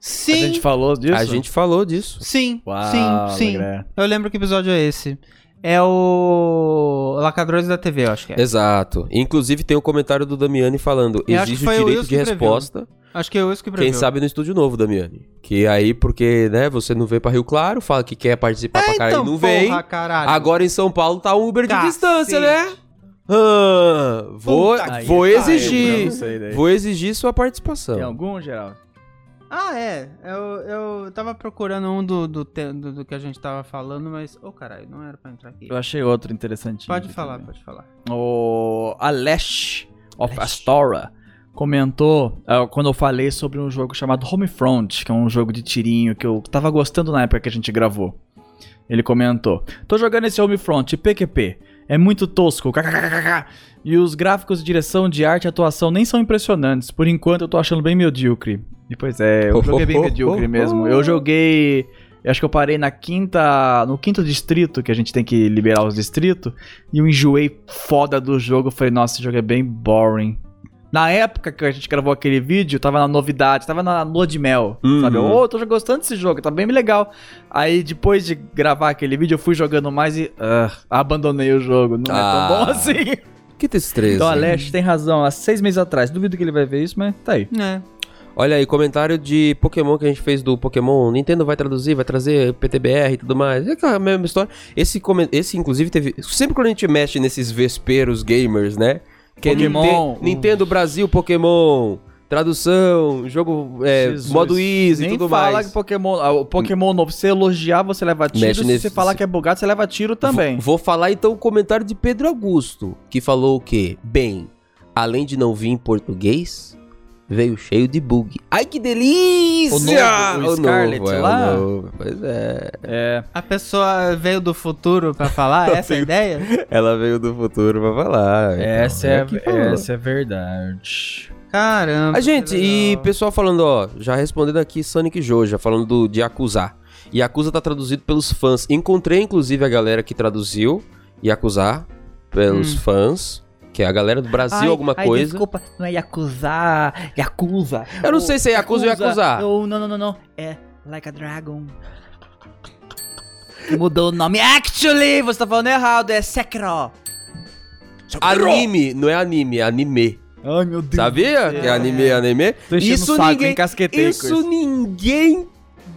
Sim,
A gente falou disso?
A gente falou disso.
sim,
Uau,
sim, sim.
André.
Eu lembro que episódio é esse. É o Lacadores da TV, eu acho que é.
Exato. Inclusive tem o comentário do Damiani falando,
Eu acho que
exige o
foi o
direito
Wilson
de
que previu.
resposta...
Acho que é isso que
Quem
previu.
sabe no estúdio novo, Damiani. Que aí, porque, né, você não veio pra Rio Claro, fala que quer participar pra caralho e não vem.
É, Então, porra, caralho.
Agora em São Paulo tá um Uber de
Cacete.
distância, né? Ah, vou
Puta que
vou
pariu,
Ah, eu não
exigir.
sei daí.
Vou exigir sua
Tem
participação.
algum, Geraldo?
Ah, é. Eu, eu tava procurando um do, do, te- do, do que a gente tava falando, mas... Ô, caralho, não era pra entrar aqui.
Eu achei outro interessantinho.
Pode
aqui
falar,
também.
pode falar.
O Alesh of Astora comentou ah, quando eu falei sobre um jogo chamado Homefront, que é um jogo de tirinho que eu tava gostando na época que a gente gravou. Ele comentou: Tô jogando esse Homefront PQP. É muito tosco. kkkk. E os gráficos, direção de arte e atuação nem são impressionantes. Por enquanto eu tô achando bem medíocre. E pois é, eu joguei bem medíocre mesmo. Eu joguei. eu Acho que eu parei na quinta. no quinto distrito, que a gente tem que liberar os distritos. E eu enjoei foda do jogo. Eu falei, nossa, esse jogo é bem boring. Na época que a gente gravou aquele vídeo, tava na novidade, tava na lua de mel,
Uhum.
sabe? Ô, tô gostando desse jogo, tá bem legal. Aí depois de gravar aquele vídeo, eu fui jogando mais e ah, abandonei o jogo. Não é tão
Ah.
bom assim.
Que tristeza.
Então, Alex tem razão, há seis meses atrás. Duvido que ele vai ver isso, mas tá aí.
É.
Olha aí, comentário de Pokémon que a gente fez do Pokémon. Nintendo vai traduzir, vai trazer PTBR e tudo mais. É aquela mesma história. Esse, comen- esse inclusive, teve. Sempre quando a gente mexe nesses vesperos gamers, né? Que
Pokémon.
é Ninten- Nintendo Brasil Pokémon. Tradução, jogo é,
Jesus.
modo easy e
Nem
tudo
fala
mais.
que Pokémon, ah, o Pokémon novo, se elogiar, você leva tiro.
Mexe
se
nesse-
você falar que é bugado, você leva tiro também.
Vou, vou falar então o comentário de Pedro Augusto, que falou o quê? Bem, além de não vir em português, veio cheio de bug. Ai que delícia!
O novo, o Scarlet
é,
lá?
novo, pois é.
É.
A pessoa veio do futuro pra falar essa é a ideia?
Ela veio do futuro pra falar.
Essa, é,
então, que falou.
essa é verdade.
Caramba.
Ah, gente,
que legal.
e pessoal falando, ó, já respondendo aqui Sonic Joja, falando do, de acusar. Yakuza tá traduzido pelos fãs. Encontrei, inclusive, a galera que traduziu Yakuza pelos
Hum.
fãs. Que é a galera do Brasil,
Ai,
alguma
ai,
coisa.
Desculpa, não é Yakuza. Yakuza.
Eu não
Ô,
sei se é Yakuza ou Yakuza.
Eu- não, não, não, não. É Like a Dragon. Mudou o nome. Actually, você tá falando errado. É Sekiro.
Anime, não é anime, é anime.
Ai, meu Deus.
Sabia? Que é anime, é anime.
Tô enchendo
Isso
o saco,
ninguém.
encasquetei com
Isso ninguém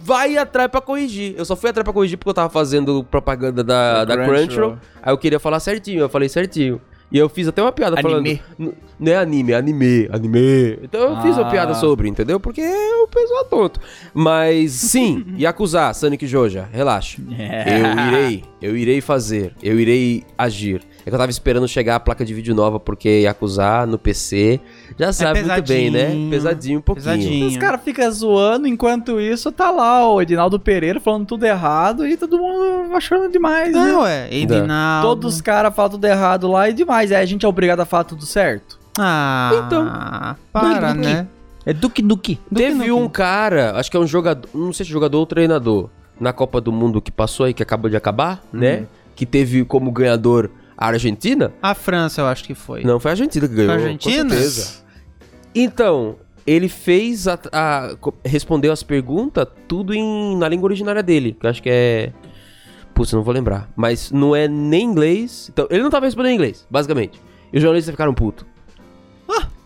vai atrás pra corrigir. Eu só fui atrás pra corrigir porque eu tava fazendo propaganda da, da Crunchyroll. Aí eu queria falar certinho, eu falei certinho. E eu fiz até uma piada
Anime.
falando. "N- Não é anime, é anime, anime. Então eu fiz uma
Ah.
piada sobre, entendeu? Porque o pessoal é tonto. Mas sim, Yakuza, Sonic Joja, relaxa. Eu irei, eu irei fazer, eu irei agir. É que eu tava esperando chegar a placa de vídeo nova, porque Yakuza no PC já sabe muito bem, né?
pesadinho.
Pesadinho um pouquinho.
Pesadinho.
Os caras ficam zoando, enquanto isso tá lá o Edinaldo Pereira falando tudo errado e todo mundo achando demais, né?
Não, ué. Edinaldo.
Todos os caras falam tudo errado lá e demais. Aí a gente é obrigado a falar tudo certo.
Ah,
Então,
para, né?
É Duke Duke.
Do que
Teve
não-
um cara, acho que é um jogador, não sei se jogador ou treinador, na Copa do Mundo que passou aí, que acabou de acabar,
Uhum.
né? Que teve como ganhador a Argentina.
A França, eu acho que foi.
Não, foi a Argentina que ganhou.
Foi a
Com
Argentina?
certeza. Então, ele fez a, a- co- respondeu as perguntas tudo em, na língua originária dele, que eu acho que é. Putz, eu não vou lembrar. Mas não é nem inglês. Então, ele não tava respondendo em inglês, basicamente. E os jornalistas ficaram putos.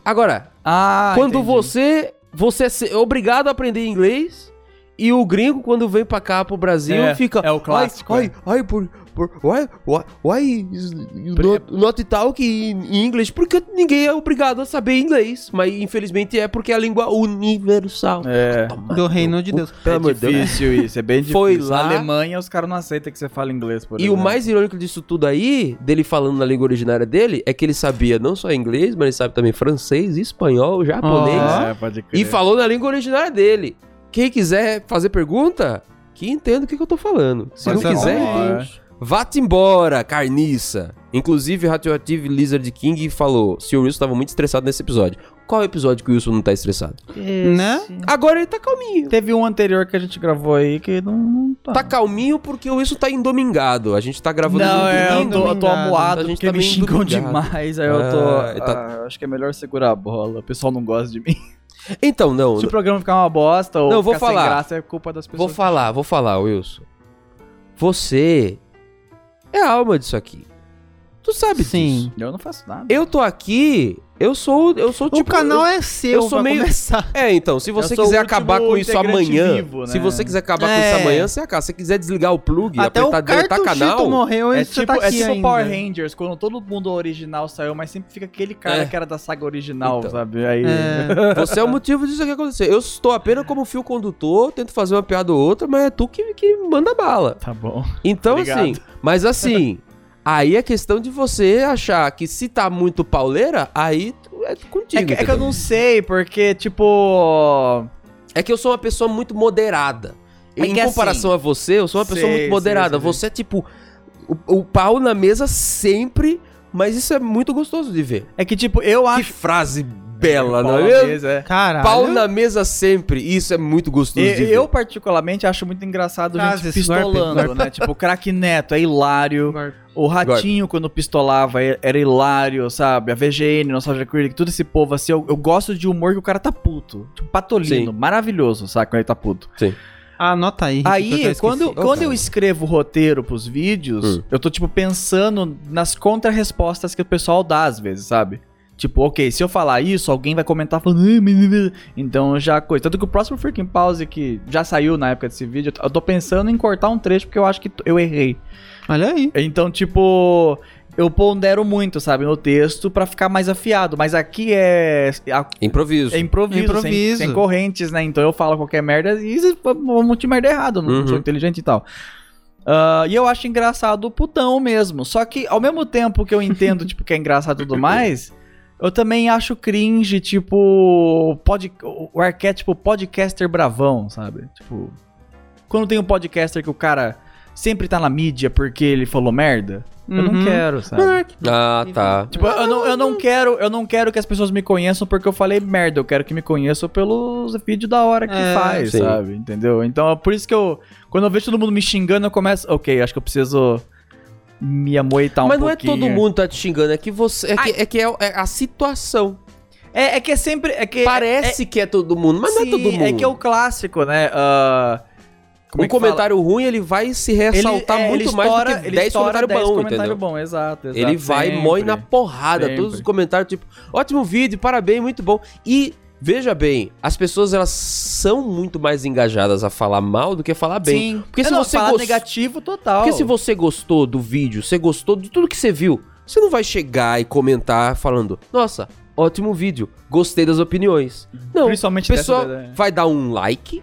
Agora,
Ah,
quando
entendi.
você você é se- obrigado a aprender inglês e o gringo quando vem pra cá pro Brasil
É,
fica
é o clássico,
Ai,
é.
ai, ai, por, por why, why, why is you not, not talk in English? Porque ninguém é obrigado a saber inglês, mas infelizmente é porque é a língua universal.
É.
Toma
Do
no
reino de
cu,
Deus.
Pelo amor de Deus.
Difícil isso, é bem difícil.
Foi lá-
Na Alemanha, os caras não aceitam que você fale inglês, por
E o mais irônico disso tudo aí, dele falando na língua originária dele, é que ele sabia não só inglês, mas ele sabe também francês, espanhol, japonês.
Ó.
É, pode crer.
E falou na língua originária dele. Quem quiser fazer pergunta, que entenda o que, que eu tô falando. Se
Mas
não
é
quiser,
bom,
entende. Vá-te embora, carniça. Inclusive, Radioactive Lizard King falou: se o Wilson tava muito estressado nesse episódio. Qual é o episódio que o Wilson não tá estressado?
Né?
Agora ele tá calminho.
Teve um anterior que a gente gravou aí que não, não tá.
Tá calminho porque o Wilson tá endomingado. A gente tá gravando
Não, é, eu tô, eu tô
Domingado.
amuado
A gente
porque
tá
me
meio
xingam
domingado.
demais. Aí eu tô.
Ah, tá-
ah, acho que é melhor segurar a bola. O pessoal não gosta de mim.
Então, não.
Se o programa ficar uma bosta ou
Não, eu vou
ficar
falar.
sem graça, é culpa das pessoas.
Vou falar, vou falar, Wilson. Você é a alma disso aqui. Tu sabe disso.
Sim.
Eu não faço nada.
Eu tô aqui, eu sou, eu sou
O canal é seu,
Tipo, eu sou
pra
meio-
começar.
é, então, se você
Eu sou o
quiser
último
acabar com isso
integrante
amanhã,
vivo, né?
se você quiser acabar com
É.
isso amanhã, você acaba. Se você quiser desligar o plug,
Até o
apertar deletar
cartuchito
canal,
morreu e
tá É
você
tipo,
tá
é
aqui
tipo
ainda.
Power Rangers, quando todo mundo original saiu, mas sempre fica aquele cara
É.
que era da saga original,
Então.
sabe? Aí.
É.
você é o motivo disso aqui acontecer. Eu estou apenas como fio condutor, tento fazer uma piada ou outra, mas é tu que, que manda bala.
Tá bom.
Então,
Obrigado.
assim, mas assim, aí é questão de você achar que se tá muito pauleira, aí tu- é contigo.
É que, é que
entendeu?
eu não sei, porque, tipo.
É que eu sou uma pessoa muito moderada.
É
em
que
comparação a você, eu sou uma pessoa
Sei,
muito moderada.
sei, sei.
Você é tipo o, o pau na mesa sempre, mas isso é muito gostoso de ver.
É que, tipo, eu
Que
acho.
frase bela, não é
Paulo
mesmo?
Dias, é.
Caralho.
Pau na mesa sempre, isso é muito gostoso de
Eu,
ver.
eu, particularmente, acho muito engraçado gente
Frases, golpe,
pistolando,
golpe.
né? Tipo, o craque Neto é hilário.
Agora-
O Ratinho, quando pistolava, é- era hilário, sabe? A VGN, Nostalgia Critic, todo esse povo, assim, eu, eu gosto de humor que o cara tá puto. Tipo, patolino, maravilhoso, sabe? Quando ele tá puto.
Ah, Anota aí. Rick, porque eu
Aí,
esqueci.
quando,
Ô,
quando
cara.
eu escrevo o roteiro pros vídeos,
Hum.
eu tô, tipo, pensando nas contra-respostas que o pessoal dá às vezes, sabe? Tipo, ok, se eu falar isso, alguém vai comentar falando. "Ah, mas, mas, mas", Então já coisa. Tanto que o próximo Freaking Pause, que já saiu na época desse vídeo, eu tô pensando em cortar um trecho porque eu acho que t- eu errei.
Olha aí.
Então, tipo, eu pondero muito, sabe, no texto pra ficar mais afiado. Mas aqui é. a-
Improviso.
é improviso, sem-
Improviso.
Sem, correntes, né? Então eu falo qualquer merda e isso é um monte de merda errada, eu não
Uhum.
sou inteligente e tal. Ah, e eu acho engraçado o putão mesmo. Só que ao mesmo tempo que eu entendo, tipo, que é engraçado e tudo mais, eu também acho cringe, tipo, pod, o arquétipo podcaster bravão, sabe? Tipo, quando tem um podcaster que o cara sempre tá na mídia porque ele falou merda, Eu não
Uhum.
quero, sabe?
Ah, tá.
Tipo, eu não, eu não quero, eu não quero que as pessoas me conheçam porque eu falei merda, eu quero que me conheçam pelos vídeos da hora que
É,
faz,
sim.
sabe? Entendeu? Então é por isso que eu. Quando eu vejo todo mundo me xingando, eu começo. Ok, acho que eu preciso me amoitar um
Mas não é
pouquinho.
todo mundo tá te xingando, é que você. É que é, que é- é a situação.
É, é que é sempre. É que,
Parece que é todo mundo, mas não é
sim,
todo mundo.
É que é o clássico, né? Ah, como
um
é que fala?
comentário ruim, ele vai se ressaltar
Ele- é,
muito
ele
mais
estoura-
do que
ele
10
estoura
comentários
10
bons,
comentário
entendeu?
bom, exato, exato,
Ele vai
sempre.
mói na porrada.
Sempre.
Todos os comentários, tipo, ótimo vídeo, parabéns, muito bom. E veja bem, as pessoas elas são muito mais engajadas a falar mal do que a falar bem.
Sim.
Porque se
É, não,
você
falar
gos-
negativo total.
Porque se você gostou do vídeo, você gostou de tudo que você viu, você não vai chegar e comentar falando, nossa, ótimo vídeo, gostei das opiniões. Não, o
Principalmente
pessoal
dessa- né?
vai dar um like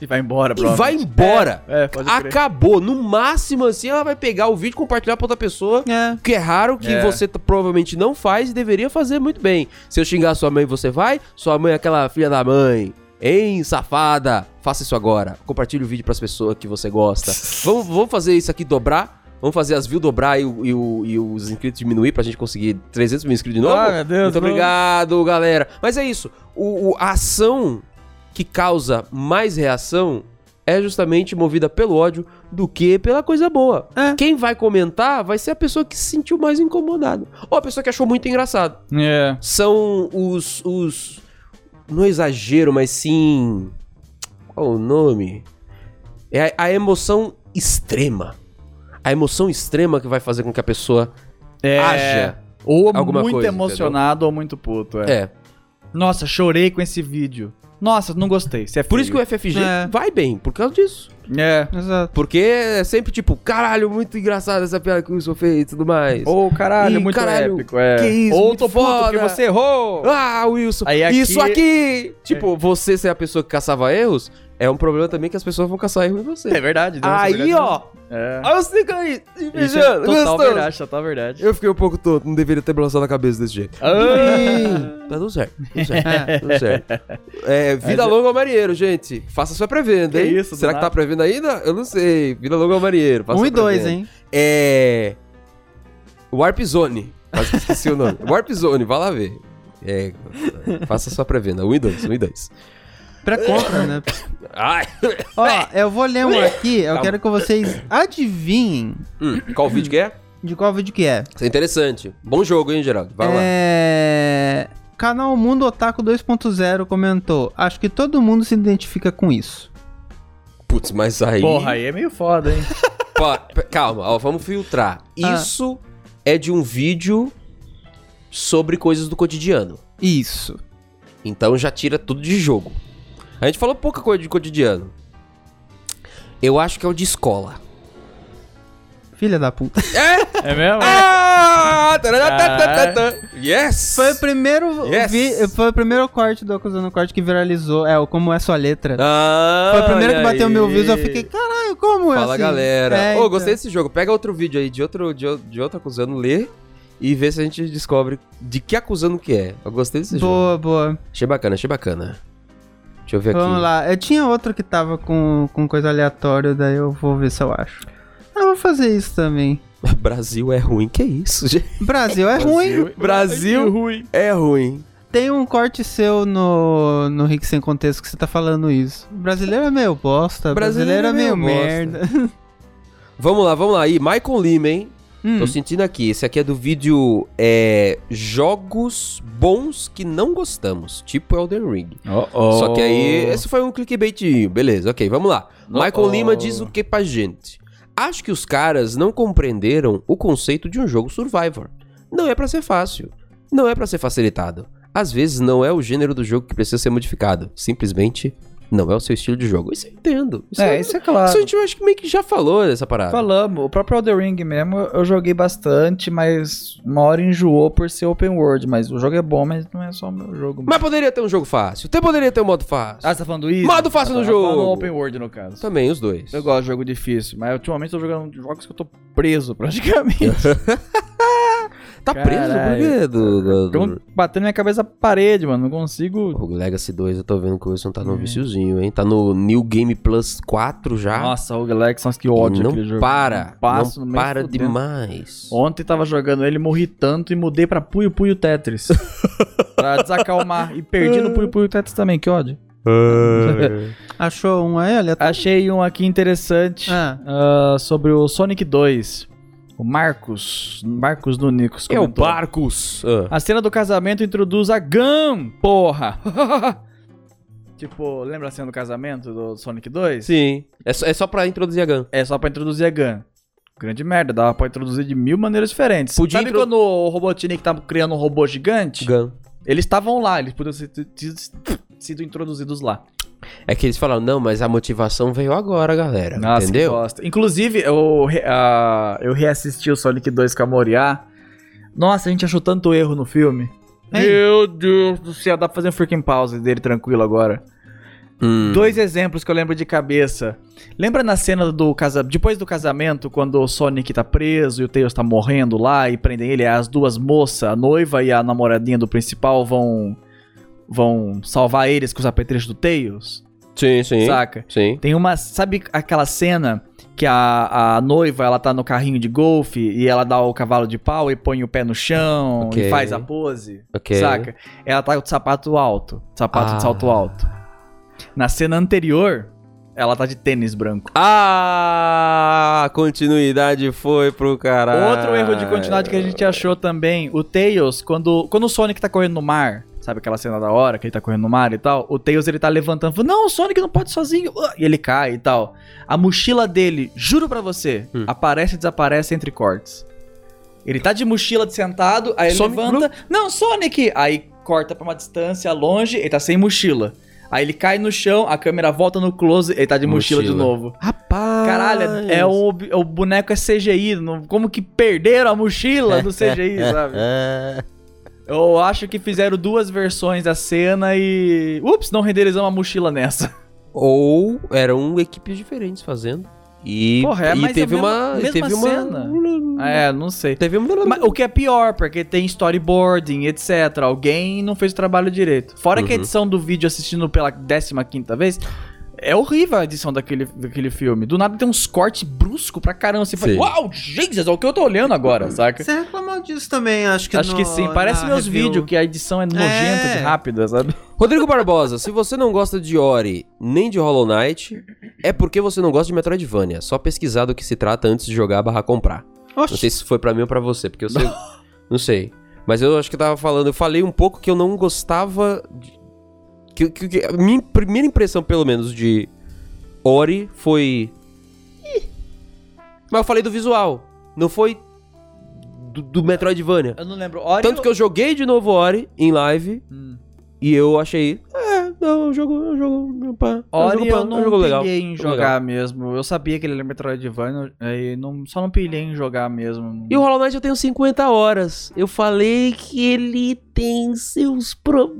E vai embora,
e vai
provavelmente.
embora.
É, é, pode crer.
Acabou. No máximo, assim, ela vai pegar o vídeo e compartilhar pra outra pessoa.
É.
Que é raro que
É.
você t- provavelmente não faz e deveria fazer muito bem. Se eu xingar sua mãe, você vai? Sua mãe é aquela filha da mãe. Hein, safada? Faça isso agora. Compartilhe o vídeo pras pessoas que você gosta. vamos, vamos fazer isso aqui dobrar? Vamos fazer as views dobrar e, o- e o- e os inscritos diminuir pra gente conseguir 300 mil inscritos de novo?
Ah, meu Deus,
Muito
vamos.
obrigado, galera. Mas é isso. O- o- a ação que causa mais reação é justamente movida pelo ódio do que pela coisa boa.
É.
Quem vai comentar vai ser a pessoa que se sentiu mais incomodada. Ou a pessoa que achou muito engraçado.
É.
São os. os não é exagero, mas sim. Qual o nome? É a, a emoção extrema. A emoção extrema que vai fazer com que a pessoa
É.
haja.
Ou
alguma
muito
coisa,
emocionado ou muito puto, é.
É.
Nossa, chorei com esse vídeo. Nossa, não gostei. Isso é
Por isso que o FFG
É.
vai bem, por causa disso.
que É.
Exato.
Porque é sempre tipo, caralho, muito engraçado essa piada que o Wilson fez e tudo mais.
Ou caralho,
Ih,
muito
caralho,
épico, é.
que isso,
ou
muito
tô puto porque
foda.
você errou.
Ah, Wilson,
Aí aqui- É.
isso aqui! Tipo, você ser a pessoa que caçava erros, é um problema também que as pessoas vão caçar erro em você.
É verdade. deu essa
aí,
verdade.
ó,
É.
olha os cinco aí, se
Isso é
beijando,
total
gostoso.
verdade, total verdade.
Eu fiquei um pouco tonto, não deveria ter balançado a cabeça desse jeito.
Ah.
Tá tudo certo, tudo certo, tudo certo. É, vida longa ao marinheiro, gente. Faça sua pré-venda,
Que
hein?
isso, do
Será que
nada.
tá pré-venda ainda? Eu não sei. Vida longa ao marinheiro. faça
Um e
sua
dois,
pré-venda.
hein?
É. Warp Zone. Quase que esqueci o nome. Warp Zone, vai lá ver. É, faça sua pré-venda. 1 e 2, 1 e 2.
Pra compra, né?
Ai!
Ó, eu vou ler um aqui, eu
Calma.
quero que vocês adivinhem
Hum, qual vídeo que é?
de qual vídeo que é.
Isso é interessante. Bom jogo, hein, Geraldo? Vai lá.
É... Canal Mundo Otaku 2.0 comentou: Acho que todo mundo se identifica com isso.
Putz, mas aí.
Porra, aí é meio foda, hein?
Pa- pa- calma, ó, vamos filtrar.
Ah.
Isso é de um vídeo sobre coisas do cotidiano.
Isso.
Então já tira tudo de jogo. A gente falou pouca coisa de cotidiano. Eu acho que é o de escola.
Filha da puta.
É mesmo?
Ah! Tararatatata. Yes!
Foi o primeiro.
Yes.
vi- foi o primeiro corte do Acusando Corte que viralizou. É, o Como é Sua Letra.
Ah,
foi o primeiro que
olha
bateu
aí.
meu views. Eu fiquei, caralho, como é
Fala,
assim?
galera.
É,
Ô,
então.
gostei desse jogo. Pega outro vídeo aí de outro, de, o- de outro acusando, lê e vê se a gente descobre de que acusando que é. Eu gostei desse jogo.
Boa, boa.
Achei bacana, achei bacana. Deixa eu ver
Vamos
aqui.
lá. Eu tinha outro que tava com, com coisa aleatória, daí eu vou ver se eu acho. Ah, eu vou fazer isso também.
Brasil é ruim, que isso, gente?
Brasil é ruim.
Brasil
ruim.
É ruim.
Tem um corte seu no, no Rick Sem Contexto que você tá falando isso. Brasileiro é meio bosta, brasileiro, é meio, merda.
bosta. Vamos lá, vamos lá. Aí, Michael Lima, hein?
Hum,
Tô sentindo aqui. Esse aqui é do vídeo é, Jogos Bons que Não Gostamos, tipo Elden Ring. Só que aí, esse foi um clickbaitinho. Beleza, ok, vamos lá. Michael
Oh.
Lima diz o que pra gente? Acho que os caras não compreenderam o conceito de um jogo Survivor. Não é pra ser fácil. Não é pra ser facilitado. Às vezes não é o gênero do jogo que precisa ser modificado. Simplesmente não é o seu estilo de jogo. Isso eu entendo. Isso,
É,
eu-
isso é claro.
isso a gente eu acho que meio que já falou dessa parada.
Falamos, o próprio Elden Ring mesmo, eu joguei bastante, mas uma hora enjoou por ser open world, mas o jogo é bom, mas não é só o meu jogo.
Mas poderia ter um jogo fácil. Até poderia ter um modo fácil.
Ah, você tá falando isso?
Modo fácil
Ah, tá,
no
eu tô falando
jogo.
open world, no caso.
Também os dois.
Eu gosto de jogo difícil, mas ultimamente eu tô jogando jogos que eu tô preso, praticamente.
Tá preso? Por
Caralho.
quê? Do, do, do...
Ficam batendo minha cabeça na parede, mano. Não consigo.
O Legacy 2, eu tô vendo que o Wilson
Hum.
tá no viciozinho, hein? Tá no New Game Plus 4 já.
Nossa, o Galaxy, que ódio
não
aquele jogo.
para.
Não passo,
não
nem
para
fudendo.
demais.
Ontem tava jogando ele, morri tanto e mudei pra Puyo Puyo Tetris. pra desacalmar. E perdi no Puyo Puyo Tetris também, que ódio. É.
Achou um aí, olha.
Achei um aqui interessante
Ah,
ah, sobre o Sonic 2. O Marcos, Marcos do Nicos.
É o
comentou.
Barcos. Ah.
A cena do casamento introduz a GAM, porra! tipo, lembra a cena do casamento do Sonic 2?
Sim. É só, é só pra introduzir a Gun.
É só pra introduzir a GAN. Grande merda, dava pra introduzir de mil maneiras diferentes.
Podia
Sabe
intro-
quando o Robotnik tava criando um robô gigante?
Gun.
Eles estavam lá, eles podiam ser- ter ter sido introduzidos lá.
É que eles falaram, não, mas a motivação veio agora, galera.
Nossa,
entendeu?
que bosta. Inclusive, eu, re- ah, eu reassisti o Sonic 2 com a Moriá. Nossa, a gente achou tanto erro no filme.
Ei.
Meu Deus do céu, dá pra fazer um freaking pause dele tranquilo agora.
Hum.
Dois exemplos que eu lembro de cabeça. Lembra na cena do casamento, depois do casamento, quando o Sonic tá preso e o Tails tá morrendo lá e prendem ele, as duas moças, a noiva e a namoradinha do principal vão vão salvar eles com os apetrechos do Tails,
Sim, sim.
saca?
Sim.
Tem uma, sabe aquela cena que a, a noiva, ela tá no carrinho de golfe e ela dá o cavalo de pau e põe o pé no chão
Ok.
e faz a pose?
Ok.
Saca? Ela tá de sapato alto. Sapato
Ah.
de salto alto. Na cena anterior, ela tá de tênis branco.
Ah, a continuidade foi pro caralho.
Outro erro de continuidade que a gente achou também, o Tails, quando, quando o Sonic tá correndo no mar, sabe aquela cena da hora que ele tá correndo no mar e tal, o Tails ele tá levantando, falando, não, o Sonic não pode sozinho, ah", e ele cai e tal. A mochila dele, juro pra você,
Hum.
aparece e desaparece entre cortes. Ele tá de mochila de sentado, aí ele
Sonic
levanta, não, Sonic! Aí corta pra uma distância longe, ele tá sem mochila. Aí ele cai no chão, a câmera volta no close, ele tá de mochila de
Mochila.
novo.
Rapaz.
Caralho, é um, ob- o boneco é CGI. não- como que perderam a mochila do CGI, sabe?
É.
Eu acho que fizeram duas versões da cena e. Ups, não renderizamos a mochila nessa.
Ou eram equipes diferentes fazendo. E,
Porra, é,
e
mas é
teve
a
uma.
mesma-
e
mesma
teve uma Ah,
cena. É, não sei.
Teve uma.
Mas o que é pior, porque tem storyboarding, etc. Alguém não fez o trabalho direito. Fora que a
Uhum.
edição do vídeo assistindo pela 15 vez. É horrível a edição daquele, daquele filme. Do nada tem uns cortes bruscos pra caramba. Você fala,
Sim.
uau, Jesus, é o que eu tô olhando agora, saca?
você reclamou disso também, acho que
Acho
no-
que sim. Parece
na
meus
review.
vídeos que a edição é nojenta
É.
de rápida, sabe?
Rodrigo Barbosa, se você não gosta de Ori nem de Hollow Knight, é porque você não gosta de Metroidvania. Só pesquisar do que se trata antes de jogar barra comprar. Não
Oxi,
sei se foi pra mim ou pra você, porque eu sei. não sei. Mas eu acho que eu tava falando, eu falei um pouco que eu não gostava. de- que, que- que- a minha primeira impressão, pelo menos, de Ori foi. "Ih". Mas eu falei do visual. Não foi do, do Metroidvania.
Eu não lembro. Ori
Tanto que eu joguei de novo Ori em live
Hum.
e eu achei. É, não, é um jogo. é um jogo. Pá, é um jogo
Ori
pá, é
eu
um
não
jogo
pilhei
legal.
em
jogo
jogar mesmo. Eu sabia que ele era Metroidvania, aí não, só não pilhei em jogar mesmo.
E o Hollow Knight eu tenho 50 horas. Eu falei que ele tem seus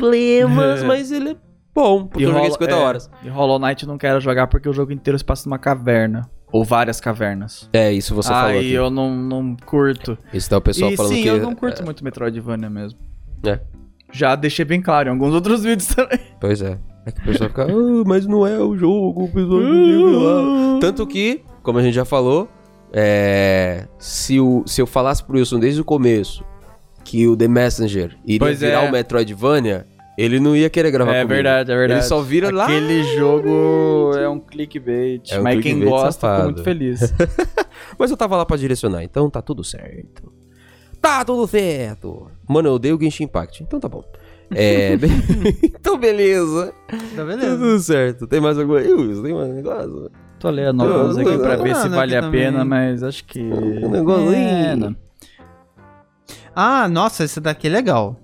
problemas,
É.
mas ele é bom, porque
E
eu joguei
Hollow-
50
é.
horas.
E Hollow Knight eu não quero jogar porque o jogo inteiro se passa numa caverna. Ou várias cavernas.
É, isso você falou
aí
aqui.
eu não, não curto.
Isso tá o pessoal
e
falando
sim,
que...
eu não curto muito Metroidvania mesmo.
É.
Já deixei bem claro em alguns outros vídeos também.
Pois é. É que o pessoal fica, "Ah, mas não é o jogo, o pessoal não Tanto que, como a gente já falou, é, se, o, se eu falasse pro Wilson desde o começo que o The Messenger iria
Pois é.
virar o Metroidvania, ele não ia querer gravar
É
comigo.
verdade, é
Ele
verdade.
só vira lá...
Aquele jogo é um clickbait.
É um
mas quem
clickbait
gosta
safado.
ficou muito feliz.
Mas eu tava lá pra direcionar, então tá tudo certo. Tá tudo certo. Mano, eu odeio o Genshin Impact, então tá bom. É, be- então beleza.
tá beleza.
Tudo certo. Tem mais alguma. Ih, Wilson, tem mais um negócio?
Tô lendo alguns
Eu-
aqui
eu-
pra
eu-
ver se
eu-
vale a
também.
pena, mas acho que. Um
negocinho. né?
Ah, nossa, esse daqui é legal.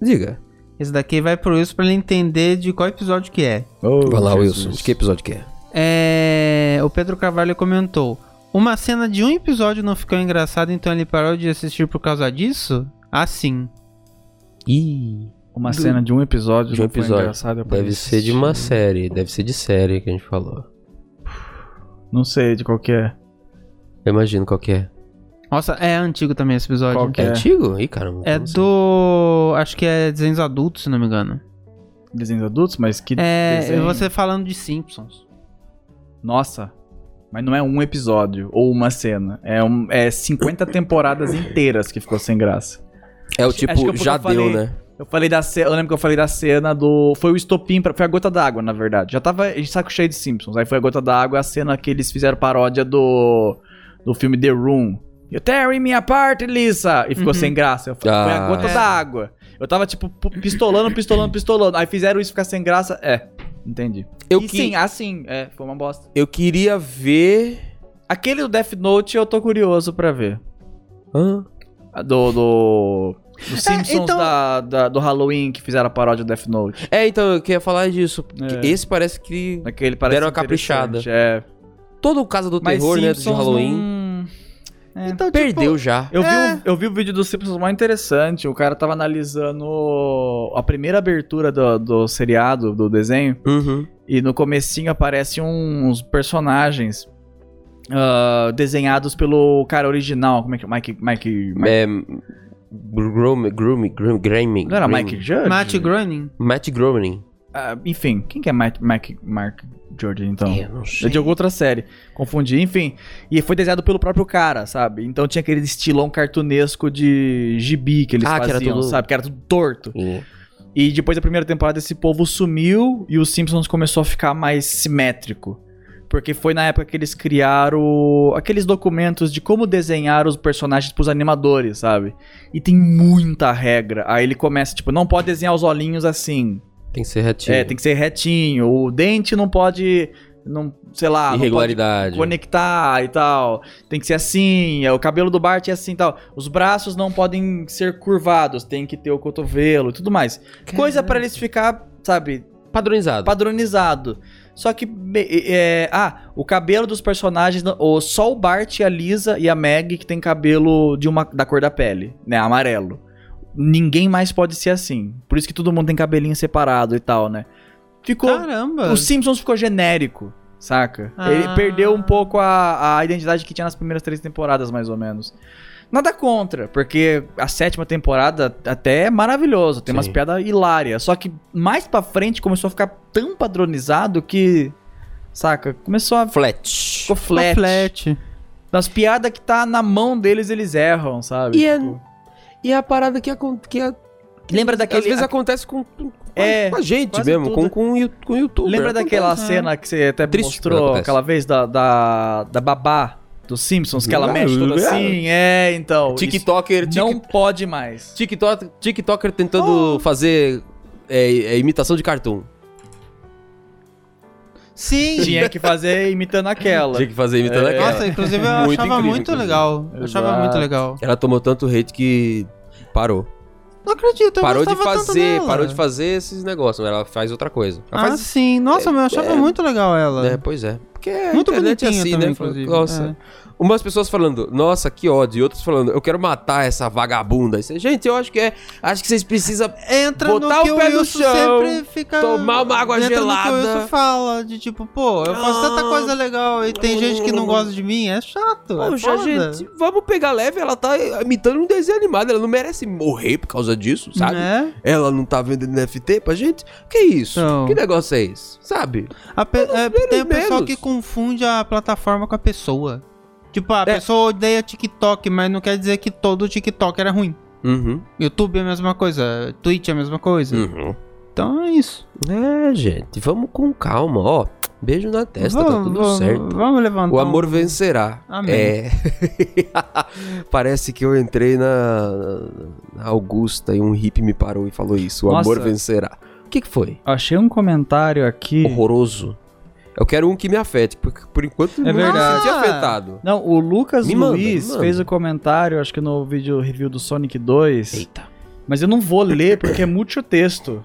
Diga.
Esse daqui vai pro Wilson pra ele entender de qual episódio que é.
Vai lá, Wilson. De que episódio que é?
É, o Pedro Carvalho comentou: Uma cena de um episódio não ficou engraçada, então ele parou de assistir por causa disso? Ah, sim.
Ih,
Uma cena de um episódio
De um
não foi
episódio.
engraçada, eu
deve
parei
ser de uma série. Deve ser de série que a gente falou.
Não sei de qual que é.
Eu imagino qual que é.
Nossa, é antigo também esse episódio.
Qual que
É antigo? Ih, caramba.
É
não sei.
do. Acho que é desenhos adultos, se não me engano.
Desenhos adultos, mas que
É.
desenho-
Você falando de Simpsons.
Nossa. Mas não é um episódio ou uma cena. É, um, é 50 temporadas inteiras que ficou sem graça.
É o
acho que é
tipo,
porque
já
eu falei-
deu, né?
Eu falei da cena, eu lembro que eu falei da cena do. Foi o estopim, pra, foi a gota d'água, na verdade. Já tava de saco cheio de Simpsons. Aí foi a gota d'água, a cena que eles fizeram paródia do. do filme The Room. You're tearing me apart, Lisa! E ficou
Uhum.
sem graça. Eu falei, foi a
Ah.
gota
É.
d'água. Eu tava, tipo, pu- pistolando, pistolando, pistolando. Aí fizeram isso ficar sem graça. É, entendi.
Eu,
e
que-
sim, assim, é, foi uma bosta.
eu queria ver.
Aquele do Death Note eu tô curioso pra ver.
Hã?
A Do. do... Do Simpsons
então-
da, da- do Halloween que fizeram a paródia do Death Note.
É, então, eu queria falar disso. porque
É.
Esse parece que.
Naquele parece
Deram uma caprichada.
interessante, É.
Todo o caso do terror, né? De Halloween.
É.
Então,
Perdeu já.
Eu,
É.
vi o, eu vi o vídeo do Simpsons mais interessante. O cara tava analisando a primeira abertura do, do seriado, do desenho,
Uhum.
e no comecinho aparecem uns personagens ah, desenhados pelo cara original. Como é que é? Mike. Mike, Mike-
É. Groom, Groom, Groom, Grooming.
não era Mike Judge?
Matt Groening.
Matt Groening.
Ah, enfim, quem que é Mike, Mike Mark George, então?
Eu não
É de alguma outra série. Confundi, enfim. E foi desenhado pelo próprio cara, sabe? Então tinha aquele estilão cartunesco de gibi que eles
Ah, que era
faziam,
tudo-
sabe? Que era tudo torto.
É.
E depois da primeira temporada esse povo sumiu e os Simpsons começou a ficar mais simétrico. Porque foi na época que eles criaram aqueles documentos de como desenhar os personagens pros animadores, sabe? E tem muita regra. Aí ele começa, tipo, não pode desenhar os olhinhos assim.
Tem que ser retinho.
É, tem que ser retinho. O dente não pode. Não, sei
ah,
lá, não pode
Irregularidade.
conectar e tal. Tem que ser assim, é, o cabelo do Bart é assim e tal. Os braços não podem ser curvados, tem que ter o cotovelo e tudo mais. Coisa pra eles ficar, sabe,
Padronizado.
padronizado. Só que be- é, ah, o cabelo dos personagens, não- ou só o Bart, a Lisa e a Meg que tem cabelo de uma da cor da pele, né, amarelo. Ninguém mais pode ser assim. Por isso que todo mundo tem cabelinho separado e tal, né? Ficou
Caramba.
o Simpsons ficou genérico, saca?
Ah.
Ele perdeu um pouco a, a identidade que tinha nas primeiras três temporadas, mais ou menos. Nada contra, porque a sétima temporada até é maravilhoso, tem umas
Sim.
piadas hilárias. Só que mais pra frente começou a ficar tão padronizado que, saca? Começou a.
Flat.
Ficou flat.
Flat.
Nas piadas que tá na mão deles, eles erram, sabe? Tipo,
E é- E é a parada que, acon- que é-
Lembra daquele.
às vezes acontece com, com- com
É,
a gente
quase
mesmo,
tudo.
com, com, o Yu- com o YouTube.
Lembra daquela cena que você até
Triste quando
mostrou
acontece.
aquela vez da, da, da babá dos Simpsons, que ela
Ah,
mexe toda
ah.
assim? É, então. isso
TikToker, tic-
Não pode mais.
TikTok, TikToker tentando fazer é, é, imitação de cartoon.
Sim.
Tinha que fazer imitando aquela.
Tinha que fazer imitando
É.
aquela.
Nossa, inclusive eu
Muito
achava
incrível,
muito
inclusive.
legal. Eu achava
Exato.
muito legal.
Ela tomou tanto hate que parou.
Não acredito, eu
parou de
gostava Então, tanto
fazer,
dela.
parou de fazer esses negócios, mas ela faz outra coisa. Ela
Ah,
faz-
sim. Nossa, mas eu achava
é-
muito legal ela.
É, pois é. Porque a
Muito
internet é
bonitinha
assim,
também,
né?
inclusive. é.
Nossa. Umas pessoas falando, nossa, que ódio. E outras falando, eu quero matar essa vagabunda. Aí você, Gente, eu acho que é. Acho que vocês precisam.
É. Entra
Botar
no que
o pé
o
no
Wilson
chão,
sempre fica.
tomar uma água
entra No que o
gelada.
Wilson fala de tipo, pô, eu faço tanta
Ah.
coisa legal e tem gente que não gosta de mim. É chato. é
Poxa,
foda.
gente, vamos pegar leve. Ela tá imitando um desenho animado. Ela não merece morrer por causa disso, sabe?
Né?
Ela não tá vendendo NFT pra gente? Que isso?
Então.
Que negócio é esse? Sabe?
A pe- é, tem o pessoal
menos.
que confunde a plataforma com a pessoa. Tipo, a pessoa odeia TikTok, mas não quer dizer que todo TikTok era ruim.
Uhum.
YouTube é a mesma coisa, Twitch é a mesma coisa.
Uhum.
Então é isso.
É, gente, vamos com calma, ó. Beijo na testa, tá tudo certo.
Vamos levantar.
O
um-
amor vencerá.
Amém.
É. Parece que eu entrei na, na Augusta e um hippie me parou e falou isso. O
Nossa.
amor vencerá. O que, que foi?
Achei um comentário aqui.
Horroroso. Eu quero um que me afete, porque por enquanto eu não
verdade.
me senti
Ah.
afetado.
Não, o Lucas
Me manda,
Luiz
me manda.
fez o comentário, acho que no vídeo review do Sonic 2.
Eita.
Mas eu não vou ler porque é muito texto.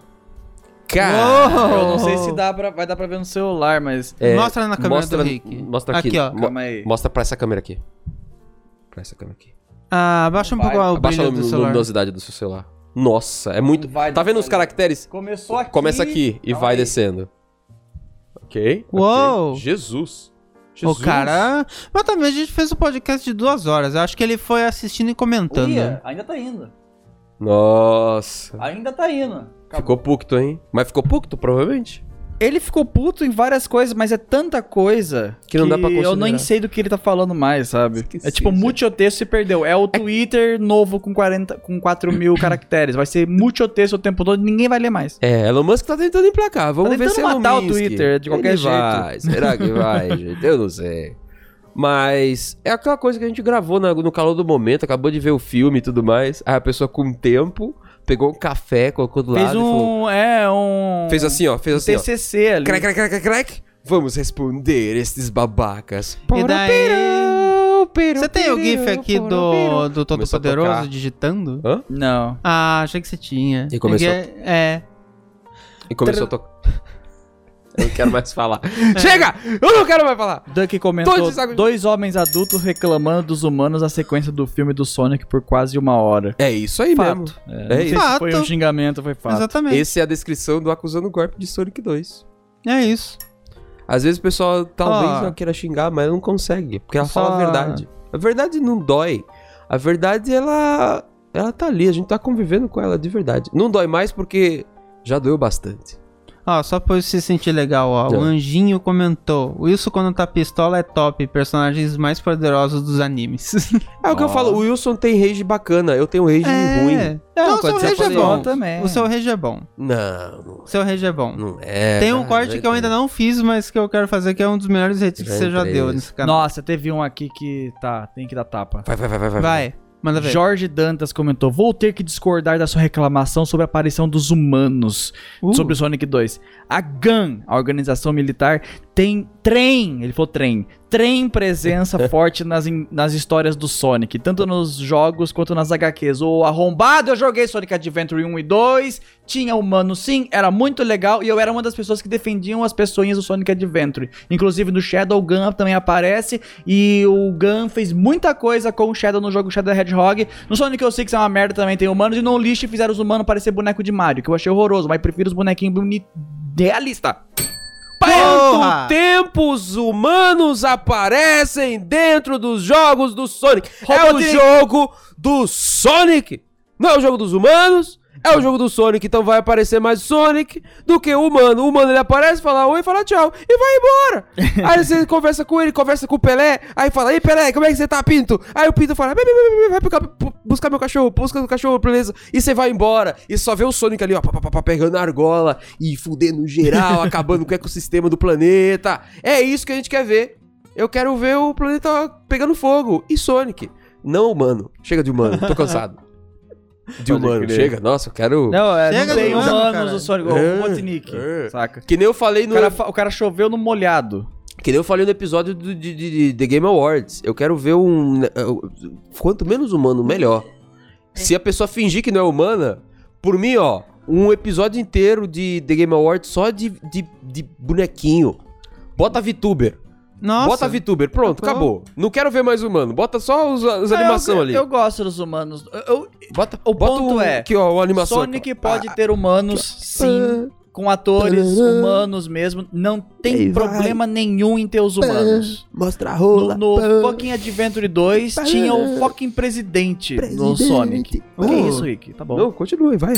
Cara,
Eu não sei se dá pra, vai dar pra ver no celular, mas.
É,
mostra na câmera
mostra,
do Rick.
mostra aqui.
Aqui, ó.
Mo-
Calma aí.
mostra pra essa câmera aqui. Pra essa câmera aqui.
Ah, abaixa um
Vai,
pouco o
Abaixa a
brilho do
lum-
celular.
luminosidade do seu celular. Nossa, é muito.
Vai
Tá vendo os
detalhe.
caracteres?
Começou aqui.
Começa aqui e
Calma
vai
aí.
descendo. Ok. ok.
Uou!
Jesus. Jesus.
O cara. Mas também a gente fez um podcast de duas horas. Eu acho que ele foi assistindo e comentando.
Ia, ainda tá indo.
Nossa.
Ainda tá indo.
Ficou pucto, hein? Mas ficou pucto, provavelmente.
Ele ficou puto em várias coisas, mas é tanta coisa
Que não dá pra
eu nem
considerar.
sei do que ele tá falando mais, sabe?
Esqueci,
é tipo,
gente.
mute o texto e perdeu. É o Twitter novo com, 40, com 4 mil caracteres. Vai ser mute o texto o tempo todo e ninguém vai ler mais.
É, Elon Musk tá tentando emplacar. Vamos
Tá
ver se
tentando
Elon
matar o
Musk-
Twitter de qualquer
Ele
jeito.
Vai. Será que vai, gente? Eu não sei. Mas é aquela coisa que a gente gravou na- no calor do momento, acabou de ver o filme e tudo mais. Aí a pessoa com tempo pegou um café, colocou do
Fez
lado e falou.
um. É, um.
Fez assim, ó, fez assim, ó.
TCC ali.
Crack, crack, crack, crack, crack. Vamos responder esses babacas.
E daí. Você tem o GIF aqui do, do Todo
Começou a tocar.
Poderoso digitando?
Não.
Ah, achei que você tinha.
E começou.
Porque- É.
E começou a tocar. Eu não quero mais falar. Chega! Eu não quero mais falar!
Duck comentou:
Todos os saco-
dois homens adultos reclamando dos humanos na sequência do filme do Sonic por quase uma hora.
É isso aí
Fato.
mesmo.
Não
É
sei se
isso.
Fato.
Foi um xingamento, foi fato.
Exatamente.
Essa é a descrição do Acusando o Golpe de Sonic 2.
É isso.
Às vezes o pessoal talvez
Ó.
não queira xingar, mas não consegue, porque ela fala a
Só-
verdade. A verdade não dói. A verdade, ela. Ela tá ali, a gente tá convivendo com ela de verdade. Não dói mais porque já doeu bastante.
Ó, só pra você sentir legal, ó.
É.
O Anjinho comentou: Wilson, quando tá pistola, é top. Personagens mais poderosos dos animes.
É o que eu
Ó.
falo, o Wilson tem rage bacana, eu tenho rage
É.
ruim.
Não,
quando
o
você
seu rage é
fala-
bom.
também.
O seu rage é bom.
Não, não,
O seu rage é bom.
não é.
Tem um corte que eu ainda não fiz, mas que eu quero fazer, que é um dos melhores hits que
Já
você já
entrei
deu
nesse.
nesse canal.
Nossa, teve um aqui que tá, tem que dar tapa.
Vai, vai, vai, vai. vai.
Vai, manda ver.
Jorge Dantas comentou: Vou ter que discordar da sua reclamação sobre a aparição dos humanos
Uh.
sobre o Sonic 2. A GAN, a organização militar, tem trem, ele falou trem, trem presença forte nas, in- nas histórias do Sonic, tanto nos jogos quanto nas HQs. O arrombado, eu joguei Sonic Adventure 1 e 2, tinha humano sim, era muito legal e eu era uma das pessoas que defendiam as pessoinhas do Sonic Adventure. Inclusive no Shadow Gun também aparece e o Gun fez muita coisa com o Shadow no jogo Shadow the Hedgehog. No Sonic 06 é uma merda também, tem humanos e no Unleashed fizeram os humanos parecer boneco de Mario, que eu achei horroroso, mas prefiro os bonequinhos bonitos. Realista.
Quanto
Porra!
tempo os humanos aparecem dentro dos jogos do Sonic? é
Rouba
o
de-
jogo do Sonic! Não é o jogo dos humanos, é o jogo do Sonic, então vai aparecer mais Sonic do que o humano. O humano ele aparece, fala oi, fala tchau e vai embora. aí você conversa com ele, conversa com o Pelé, aí fala, ei Pelé, como é que você tá, Pinto? Aí o Pinto fala, "Bem, bem, bem, bem, vai buscar, buscar meu cachorro, busca o cachorro, beleza. E você vai embora e só vê o Sonic ali, ó, pá, pá, pá, pá, pegando a argola e fudendo geral, acabando com o ecossistema do planeta. É isso que a gente quer ver. Eu quero ver o planeta pegando fogo e Sonic. Não humano. Chega de humano, tô cansado. De
Pode
humano,
crer.
chega. Nossa, eu quero.
Não, é,
Chega
não
de
tem
humano,
humanos
cara.
o Sonic, o
É,
Robotnik,
é.
saca?
Que nem eu falei
O
no.
cara, fa- o cara choveu no molhado.
Que nem eu falei no episódio do, de, de- de- The Game Awards. Eu quero ver um. eh, eu- Quanto menos humano, melhor. Se a pessoa fingir que não é humana, por mim, ó, um episódio inteiro de The Game Awards só de, de, de bonequinho. Bota VTuber.
Nossa.
Bota VTuber. Pronto, acabou. Não quero ver mais humano. Bota só os, as
Ah, Tá eu-
animações ali.
Eu gosto dos humanos. Eu-
Bota,
O
bota
ponto
um-
é,
Aqui, ó, uma animação. aqui,
Sonic
ó. Ah,
pode ter humanos, sim, com atores
Tadã.
humanos mesmo. Não tem
Aí vai.
problema nenhum em ter os humanos.
Mostra a
No,
rola.
no
pã.
fucking Adventure 2
Tadã.
tinha o fucking presidente, no
Presidente.
Sonic. Que
Uh.
isso, Rick? Tá bom.
Não, continue, vai.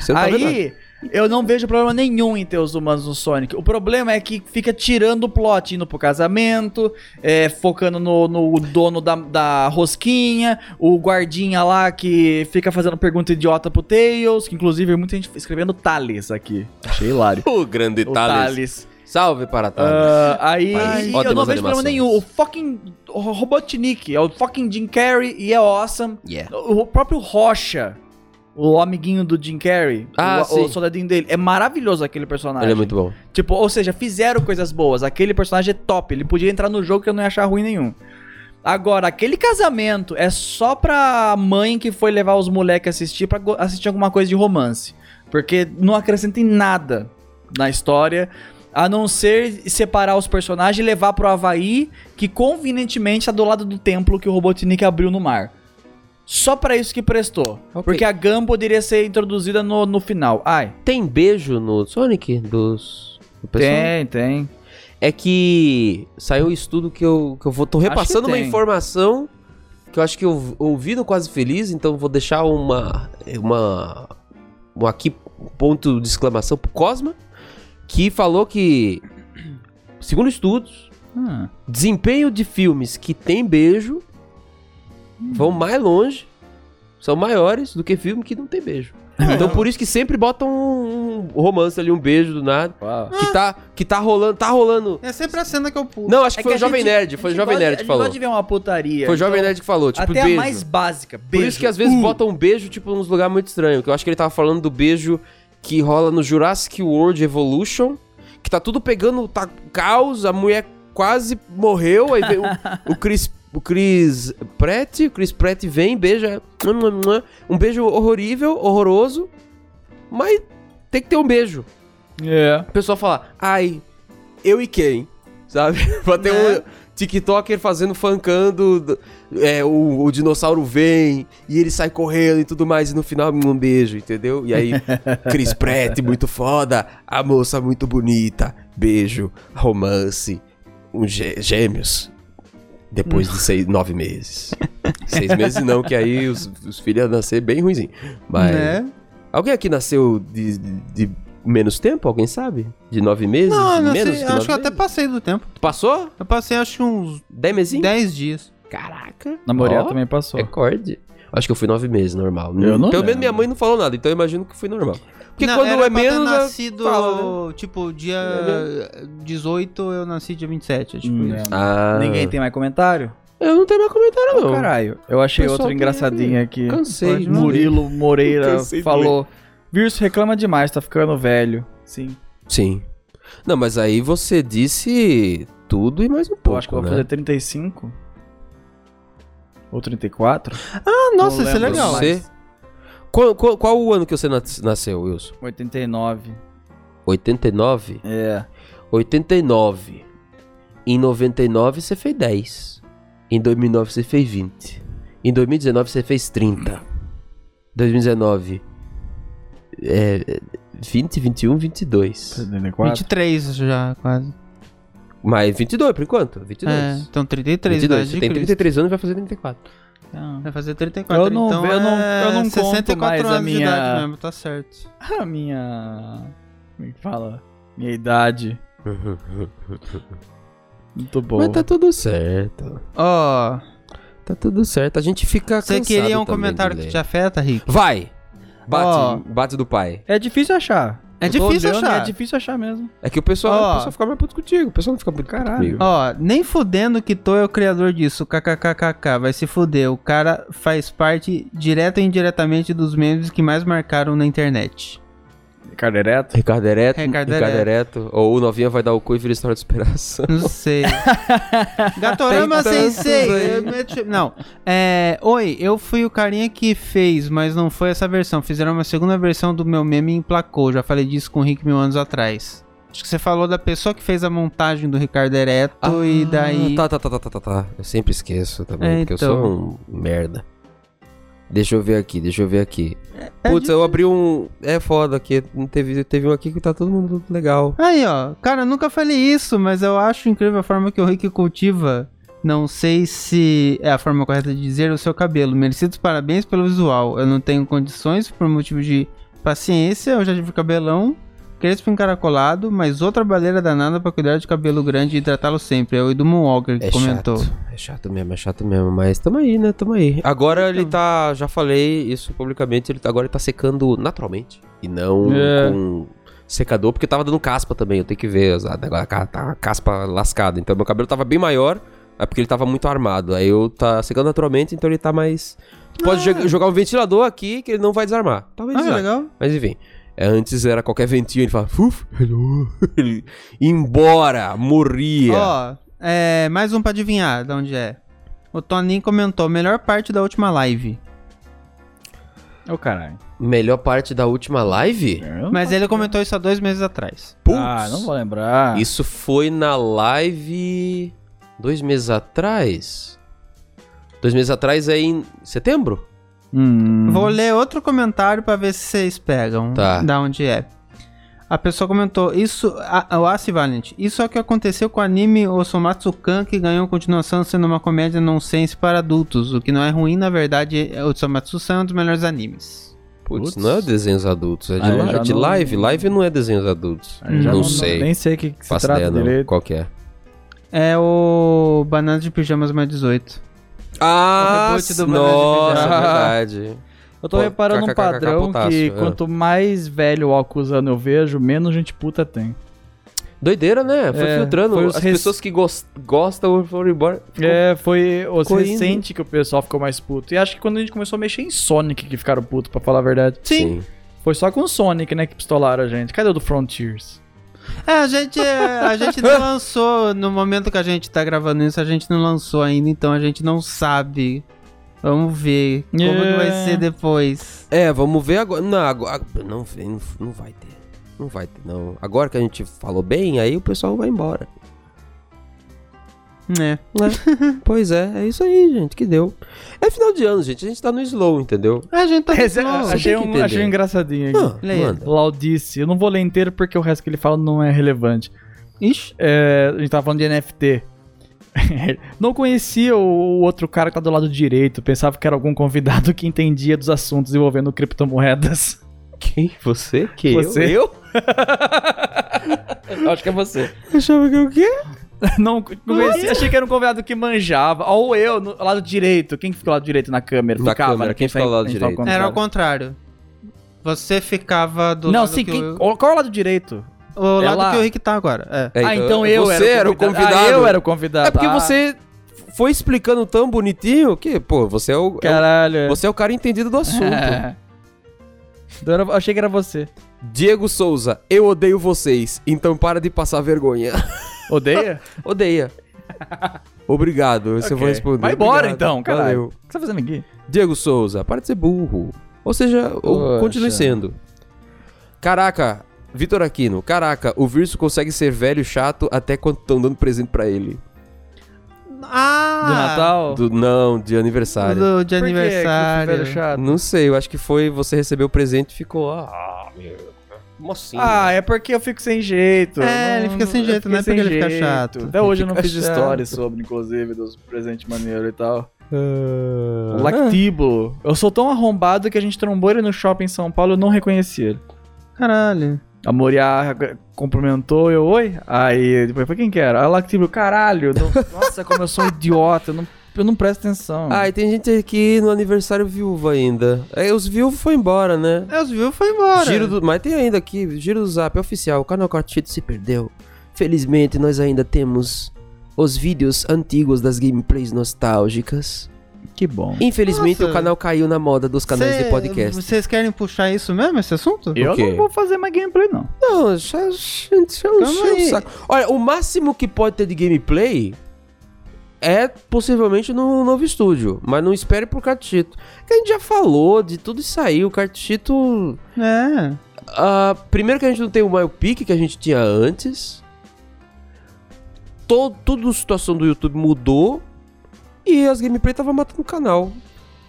Você não tá vendo nada.
Aí, eu não vejo problema nenhum em ter os humanos no Sonic. O problema é que fica tirando o plot, indo pro casamento, é, focando no, no dono da, da rosquinha, o guardinha lá que fica fazendo pergunta idiota pro Tails, que inclusive muita gente escrevendo Thales aqui. Achei hilário.
O grande
O
Thales.
Thales.
Salve para Thales.
Ah, aí
Mas
e
ótimas
eu não vejo problema
animações.
nenhum. O fucking Robotnik é o fucking Jim Carrey e é awesome.
Yeah.
O o próprio Rocha, o amiguinho do Jim Carrey,
Ah,
o, o
sim.
soldadinho dele, é maravilhoso aquele personagem.
Ele é muito bom.
Tipo, ou seja, fizeram coisas boas. Aquele personagem é top. Ele podia entrar no jogo que eu não ia achar ruim nenhum. Agora, aquele casamento é só pra mãe que foi levar os moleques assistir pra go- assistir alguma coisa de romance. Porque não acrescenta em nada na história. A não ser separar os personagens e levar pro Havaí, que convenientemente tá do lado do templo que o Robotnik abriu no mar. Só pra isso que prestou.
Ok.
Porque a Gun poderia ser introduzida no, no final. Ai.
Tem beijo no Sonic dos. do pessoal?
tem.
é que saiu um estudo que eu, que eu vou. tô
que
repassando uma
tem.
informação que eu acho que eu ouvi no Quase Feliz, então vou deixar uma. uma. um aqui ponto de exclamação pro Cosma, que falou que, segundo estudos,
Ah,
desempenho de filmes que tem beijo vão mais longe, são maiores do que filme que não tem beijo. Então por isso que sempre botam um, um romance ali, um beijo do nada. Que tá, que tá rolando, tá rolando.
É sempre a cena que eu pulo.
Não, acho que Tipo, foi
É a
o Jovem
gente-
Nerd, foi o
a gente
Jovem
gosta-
Nerd
a
que
gente
falou.
gosta de ver uma putaria.
Foi o Jovem
então,
Nerd que falou, tipo,
Até
beijo.
a mais básica, beijo.
Por isso que às vezes
Uh.
botam um beijo, tipo, nos lugares muito estranhos. Que eu acho que ele tava falando do beijo que rola no Jurassic World Evolution. Que tá tudo pegando, tá caos, a mulher quase morreu. Aí vem o, o Chris. O Chris Pratt, o Chris Pratt vem, beija. Um beijo horrorível, horroroso. Mas tem que ter um beijo.
É.
O pessoal fala, ai, eu e quem? Sabe? Pra ter um TikToker fazendo fancando, d- é, o, o dinossauro vem e ele sai correndo e tudo mais, e no final um beijo, entendeu? E aí, Chris Pratt, muito foda, a moça muito bonita, beijo, romance, um gê- gêmeos. Depois de seis, nove meses. seis meses não, que aí os, os filhos iam nascer bem ruimzinho. Mas.
Né?
Alguém aqui nasceu de, de- de menos tempo? Alguém sabe? De nove meses?
Não, eu não
menos
sei,
que
acho que eu
nove
até
meses?
passei do tempo.
Passou?
Eu passei acho que uns
Dez mesinhos?
10 dias.
Caraca.
Namorei
Ó, É,
também passou.
Recorde. Acho que eu fui nove meses, normal.
Eu
Pelo
não lembro.
menos minha mãe não falou nada, então eu imagino que fui normal. Porque
Não,
quando
era
é
pra ter
menos... ela
nascido,
fala,
né?
tipo, dia
É,
18, eu nasci dia 27, tipo
Hum,
isso.
é.
Ah,
Ninguém tem mais comentário?
Eu não tenho mais comentário,
Ô,
não.
caralho, eu achei
Pessoal,
outro
tem-
engraçadinho aqui.
Cansei. de
Murilo
Eu
Moreira
cansei de
falou: Vírus reclama demais, tá ficando velho. Sim.
ler. Sim. Não, mas aí você disse tudo e mais um
Eu
pouco,
acho que eu vou
né?
fazer 35. Ou 34?
Ah, nossa,
Não
isso é
lembro.
legal.
Você... Qual, qual- qual o ano que você nas- nasceu, Wilson?
89.
89?
É.
89. Em 99 você fez 10. Em 2009 você fez 20. Em 2019 você fez 30. 2019. É, 20, 21, 22.
74?
23 já, quase.
Mas 22 por enquanto? 22.
É, então 33
22.
idade
Você
de
tem
Cristo.
33 anos e vai fazer 34.
Não.
Vai fazer 34,
Eu não
então
ve- eu não-
é
eu não conto
64
mais a
anos de
minha-
idade mesmo, tá certo.
A minha. Como é que fala? Minha idade. Muito bom.
Mas tá tudo certo.
Ó,
Tá tudo certo. A gente fica
você
cansado
queria um
também
comentário
de
que te
ler.
afeta, Rick?
Vai! Bate,
Ó.
bate do pai.
É difícil achar.
É
Eu tô
difícil
olhando e
achar.
É difícil achar mesmo.
É que o pessoal,
Ó.
o pessoal fica mais puto contigo. O pessoal não fica puto
Caralho.
comigo.
Ó, nem fudendo que tô é o criador disso, kkkk, vai se fuder. O cara faz parte, direta e indiretamente, dos memes que mais marcaram na internet.
Ricardo Ereto?
Ricardo é Ereto,
Ricardo é
Ricardo, Ereto. Ou o Novinha vai dar o cu e vira história de superação.
Não sei. Gatorama
Tem tantos
Sensei!
aí.
eu me ati- Não. É, oi, eu fui o carinha que fez, mas não foi essa versão. Fizeram uma segunda versão do meu meme e emplacou. Já falei disso com o Rick mil anos atrás. Acho que você falou da pessoa que fez a montagem do Ricardo Ereto e daí.
Tá, tá, tá, tá, tá, tá, tá. Eu sempre esqueço também,
É,
porque eu
então.
sou um merda. Deixa eu ver aqui, deixa eu ver aqui.
é
Putz, eu abri um. É foda aqui. não Teve, teve um aqui que tá todo mundo legal.
Aí, ó. Cara, eu nunca falei isso, mas eu acho incrível a forma que o Rick cultiva. Não sei se é a forma correta de dizer o seu cabelo. Merecidos parabéns pelo visual. Eu não tenho condições por motivo de paciência. Eu já tive cabelão crespo encaracolado, mas outra baleira danada pra cuidar de cabelo grande e hidratá-lo sempre. É o Edu Moonwalker que
É
comentou.
chato. É chato mesmo, é chato mesmo. Mas tamo aí, né? Tamo aí. Agora ele tá. Já falei isso publicamente. Ele tá- agora ele tá secando naturalmente. E não
É.
com secador, porque tava dando caspa também. Eu tenho que ver. as- Agora ca- tá uma caspa lascada. Então meu cabelo tava bem maior. É porque ele tava muito armado. Aí eu tá secando naturalmente, então ele tá mais. Pode jo- jogar um ventilador aqui que ele não vai desarmar. Talvez
Ah,
desarme.
legal.
Mas enfim. é, Antes era qualquer ventinho, ele falava, fuf, hello. Ele ia embora, morria.
Ó, é, mais um pra adivinhar de onde é. O Toninho comentou, melhor parte da última live.
Ô, caralho.
Melhor parte da última live?
Eu não-
Mas ele comentou isso há dois meses atrás.
Putz.
Ah, não vou lembrar.
Isso foi na live dois meses atrás. Dois meses atrás é em setembro?
Hum.
Vou ler outro comentário pra ver se vocês pegam
Tá.
da onde é. A pessoa comentou, isso, a, o Ace Valiant, isso é o que aconteceu com o anime Osomatsu-kan, que ganhou continuação sendo uma comédia nonsense para adultos, o que não é ruim, na verdade, é- Osomatsu-san é um dos melhores animes.
Putz,
Putz.
não é desenhos adultos, é de,
Aí
li- é
já
de
não-
live. Live não é desenhos adultos.
Aí já
não, sei.
Nem sei o que, que se
Faço
trata
ideia, não.
direito.
Qual que é?
É o Banana de Pijamas mais 18.
é
Ah,
reboot do
nossa,
Banana É. de Pijamas.
verdade.
Eu tô
Pô,
reparando um
kkkk,
padrão
putaço,
que
é.
quanto mais velho o acusando eu vejo, menos gente puta tem.
Doideira, né? Foi
É,
filtrando.
foi os
As
res-
pessoas que gos- gostam foram embora. Ficou-
É, foi os
ficou indo.
recente que o pessoal ficou mais puto. E acho que quando a gente começou a mexer em Sonic que ficaram puto, pra falar a verdade. Foi só com Sonic, né, que pistolaram a gente. Cadê o do Frontiers?
É, a gente, a gente não lançou, no momento que a gente tá gravando isso, a gente não lançou ainda, então a gente não sabe. Vamos ver como que vai
É.
ser depois.
É, vamos ver agora. Não, agora. Não, vem, não, não vai ter. Não vai ter, não. Agora que a gente falou bem, aí o pessoal vai embora.
né?
pois é, é isso aí, gente, que deu. É final de ano, gente. A gente tá no slow, entendeu?
A gente tá
é-
Esse-
não,
achei,
tem que
um,
entender.
achei um engraçadinho aqui.
Ah,
Leia.
manda.
Laudice. Eu não vou ler inteiro porque o resto que ele fala não é relevante.
Ixi,
É, a gente tava falando de NFT. não conhecia o, o outro cara que tá do lado direito. Pensava que era algum convidado que entendia dos assuntos envolvendo criptomoedas.
Quem? Você? Que
Você?
eu? Eu? Acho que é você.
achava que o quê?
Não conhecia, achei que era um convidado que manjava. Ou eu, no lado direito. Quem que fica do lado direito na câmera?
Na
Ficava,
câmera,
né?
quem
Tá
fica do lado
em- tá ao
direito?
Era o
contrário.
contrário. Você ficava do
Não,
lado
sim,
que
quem,
eu-
qual é o lado direito?
O lado
Ela-
que o Rick tá agora. É.
É,
ah, então eu
você era o convidado.
Ah, eu era o convidado.
É porque
Ah,
você foi explicando tão bonitinho que, pô, você é o, é o-
Caralho. é.
você é o cara entendido do assunto.
É. Então Eu era- eu achei que era você.
Diego Souza, eu odeio vocês, então para de passar vergonha.
Odeia?
Odeia. Obrigado, você vai responder.
Vai embora
Obrigado.
então, caralho.
Valeu.
O que você tá fazendo aqui?
Diego Souza, para de ser burro. Ou seja, ou
Poxa.
continue sendo. Caraca, Vitor Aquino, caraca, o Virso consegue ser velho e chato até quando estão dando presente pra ele.
Ah!
Do Natal?
Do- não, de aniversário.
Do, de
Por que que
aniversário.
esse velho chato?
Não sei, eu acho que foi você recebeu o presente e ficou. Ah, meu. Mocinho.
Ah, é porque eu fico sem jeito.
É, ele fica sem
eu
jeito, não é
fiquei
porque
sem
ele fica
jeito.
chato.
Até hoje eu não
fica
fiz
é chato.
história sobre, inclusive, dos presentes maneiros e tal. Lactibo. Eu sou tão arrombado que a gente trombou ele no shopping em São Paulo e eu não reconheci ele.
Caralho.
A Moriá cumprimentou, eu, oi? Aí depois foi quem que era? A Lactibo, caralho. não- nossa, como eu sou um idiota, eu não, eu não presto atenção.
Ah, e tem gente aqui no aniversário viúva ainda. É, os viúvos foram embora, né?
É, os viu foi embora.
Giro do, mas tem ainda aqui, giro do zap é oficial. O canal Cortito se perdeu. Felizmente, nós ainda temos os vídeos antigos das gameplays nostálgicas.
que bom.
Infelizmente,
Nossa.
o canal caiu na moda dos canais
Cê-
de podcast.
Vocês querem puxar isso mesmo, esse assunto?
Eu
O quê?
não vou fazer mais gameplay, não.
Não, já, já, já
Calma
encheu
aí.
o saco. Olha, o máximo que pode ter de gameplay é possivelmente no novo estúdio. Mas não espere pro Cartito. Que a gente já falou de tudo isso aí. O Cartito.
É.
ah, primeiro que a gente não tem o mile pick que a gente tinha antes. Todo, toda a situação do YouTube mudou. E as gameplay tava matando o canal.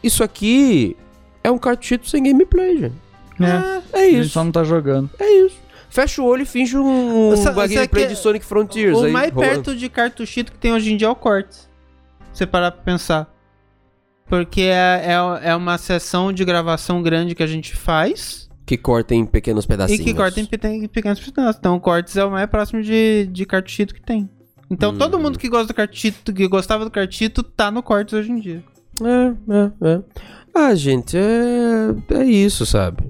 Isso aqui é um cartito sem gameplay, gente.
É,
É
A gente
isso.
só não tá jogando.
É isso. Fecha o olho e finge um,
Essa-
uma
essa
gameplay
aqui
de
é-
Sonic Frontiers.
o
aí,
mais
rolando.
perto de cartuchito que tem hoje em dia é o corte. Você parar pra pensar. Porque é, é, é uma sessão de gravação grande que a gente faz
Que corta em pequenos pedacinhos.
e que corta em pete- pequenos pedaços. Então, cortes é o mais próximo de, de cartuchito que tem. Então,
Hum.
todo mundo que gosta do cartuchito, que gostava do cartuchito, tá no cortes hoje em dia.
É, é, é. Ah, gente, é, é isso, sabe?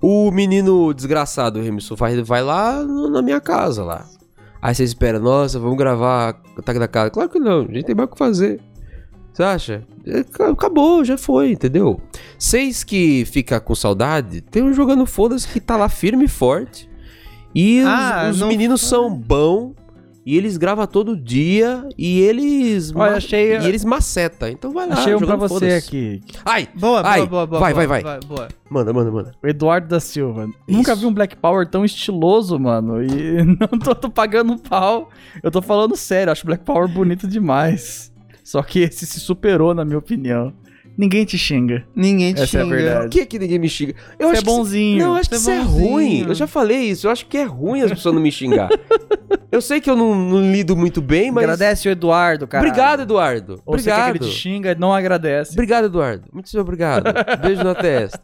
O menino desgraçado, o Remisso, vai, vai lá no- na minha casa lá. Aí você espera, nossa, vamos gravar ataque da casa. Claro que não, a gente tem mais o que fazer. Você acha? É, ca- Acabou, já foi, entendeu? Vocês que fica com saudade, tem um jogando foda-se que tá lá firme e forte. E os-
Ah,
os,
não-
meninos são bons. E eles gravam todo dia. E eles.
Olha,
ma-
achei-
E eles maceta. Então vai lá.
Achei um pra
jogando
você
foda-se.
aqui.
Ai!
Boa, boa,
Ai,
boa, boa.
vai,
boa,
vai,
boa.
Manda, manda, manda.
O Eduardo da Silva. Nunca vi um Black Power tão estiloso, mano. E não tô, tô pagando um pau. Eu tô falando sério, acho o Black Power bonito demais. Só que esse se superou, na minha opinião. Ninguém te xinga.
Ninguém te
Essa é a
xinga.
verdade.
Por que, que ninguém me xinga? Eu
Você é
acho que se-
bonzinho.
Não, eu acho que isso
Você é
é ruim.
bonzinho.
Eu já falei isso. Eu acho que é ruim as pessoas não me xingar. eu sei que eu não, não lido muito bem, mas.
Agradece o Eduardo, cara.
Obrigado, Eduardo.
Ou você que
Obrigado.
ele te xinga, não agradece.
Obrigado, Eduardo. Muito obrigado. Beijo na testa.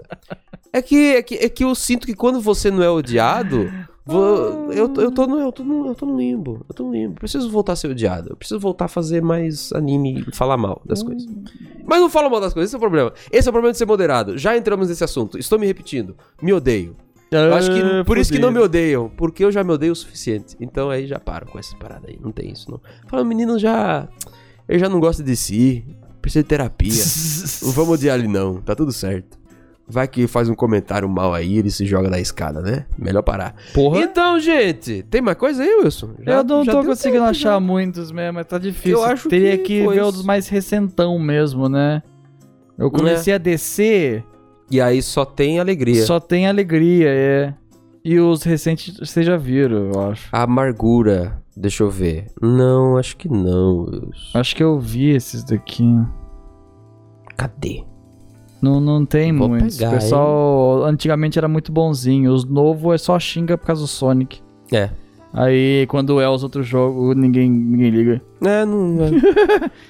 É que, é que, é que eu sinto que quando você não é odiado, vo- eu, eu, tô no, eu, tô no, eu tô no limbo. Eu tô no limbo. Eu preciso voltar a ser odiado. Eu preciso voltar a fazer mais anime e falar mal das coisas. Mas não falo mal das coisas, esse é o problema. Esse é o problema de ser moderado. Já entramos nesse assunto. Estou me repetindo. Me odeio. Eu acho que
Ah,
por isso que não
fudido.
me odeiam, porque eu já me odeio o suficiente. Então aí já paro com essa parada aí, não tem isso não. Fala, o menino já ele já não gosta de si, precisa de terapia. não vamos odiar ele não, tá tudo certo. Vai que faz um comentário mal aí, ele se joga da escada, né? Melhor parar.
Porra.
Então, gente, tem mais coisa aí, Wilson? Já-
eu não
já
tô
deu
conseguindo
tempo,
achar
já.
muitos mesmo, mas tá difícil.
Eu acho
Teria
que
que,
foi
ver
isso.
os mais recentão mesmo, né? Eu comecei a descer,
E aí só tem alegria.
só tem alegria, é. E os recentes vocês já viram, eu acho.
Amargura, deixa eu ver. Não, acho que não. Wilson.
Acho que eu vi esses daqui.
Cadê?
Não, não tem
Vou
muitos.
pegar,
o pessoal antigamente era muito bonzinho. Os novos é só xinga por causa do Sonic.
É.
Aí quando é os outros jogos, ninguém, ninguém liga.
É, não.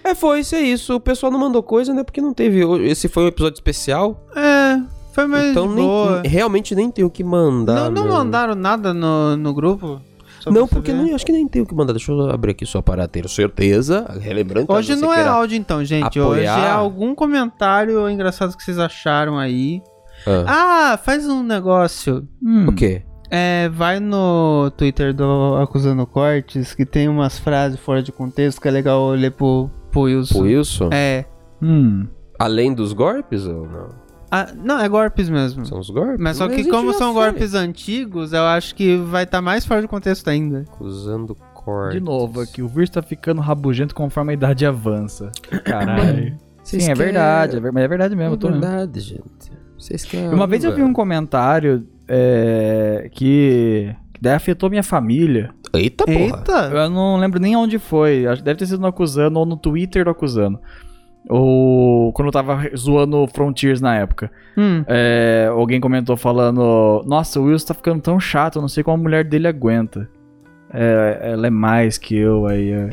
É, É, foi, isso é isso. O pessoal não mandou coisa, né? Porque não teve. Esse foi um episódio especial.
É, foi mais
então, nem,
boa.
realmente nem tem o que mandar.
não, não
né?
mandaram nada no, no grupo? Só
Não,
pra
porque
saber.
nem, acho que nem tem o que mandar. Deixa eu abrir aqui só para ter certeza. Relembrando que
Hoje
você
não é
queira-
áudio então, gente. Hoje
apoiar.
é algum comentário engraçado que vocês acharam aí.
Ah,
Ah, faz um negócio.
Hum.
O quê?
É, vai no Twitter do Acusando Cortes, que tem umas frases fora de contexto que é legal ler pro, pro Wilson.
O Wilson?
É.
Hum.
Além dos golpes ou não?
Ah, não, é golpes mesmo.
São os golpes?
Mas só
a
que
gente
como
já
são
foi.
golpes antigos, eu acho que vai estar mais fora de contexto ainda.
Acusando cortes.
De novo aqui, o vírus tá ficando rabugento conforme a idade avança. Caralho. Sim,
Vocês
é
querem-
verdade, é, ver- mas é verdade mesmo.
É
eu tô lembrando.
verdade, gente. Vocês querem.
Uma vez eu vi um comentário é, que, que daí afetou minha família.
Eita porra.
Eita!
Eu não lembro nem onde foi. Acho que deve ter sido no Acusando ou no Twitter do Acusando. Ou quando eu tava zoando Frontiers na época.
Hum.
É, alguém comentou falando: Nossa, o Wilson tá ficando tão chato, eu não sei como a mulher dele aguenta. É, ela é mais que eu aí. é.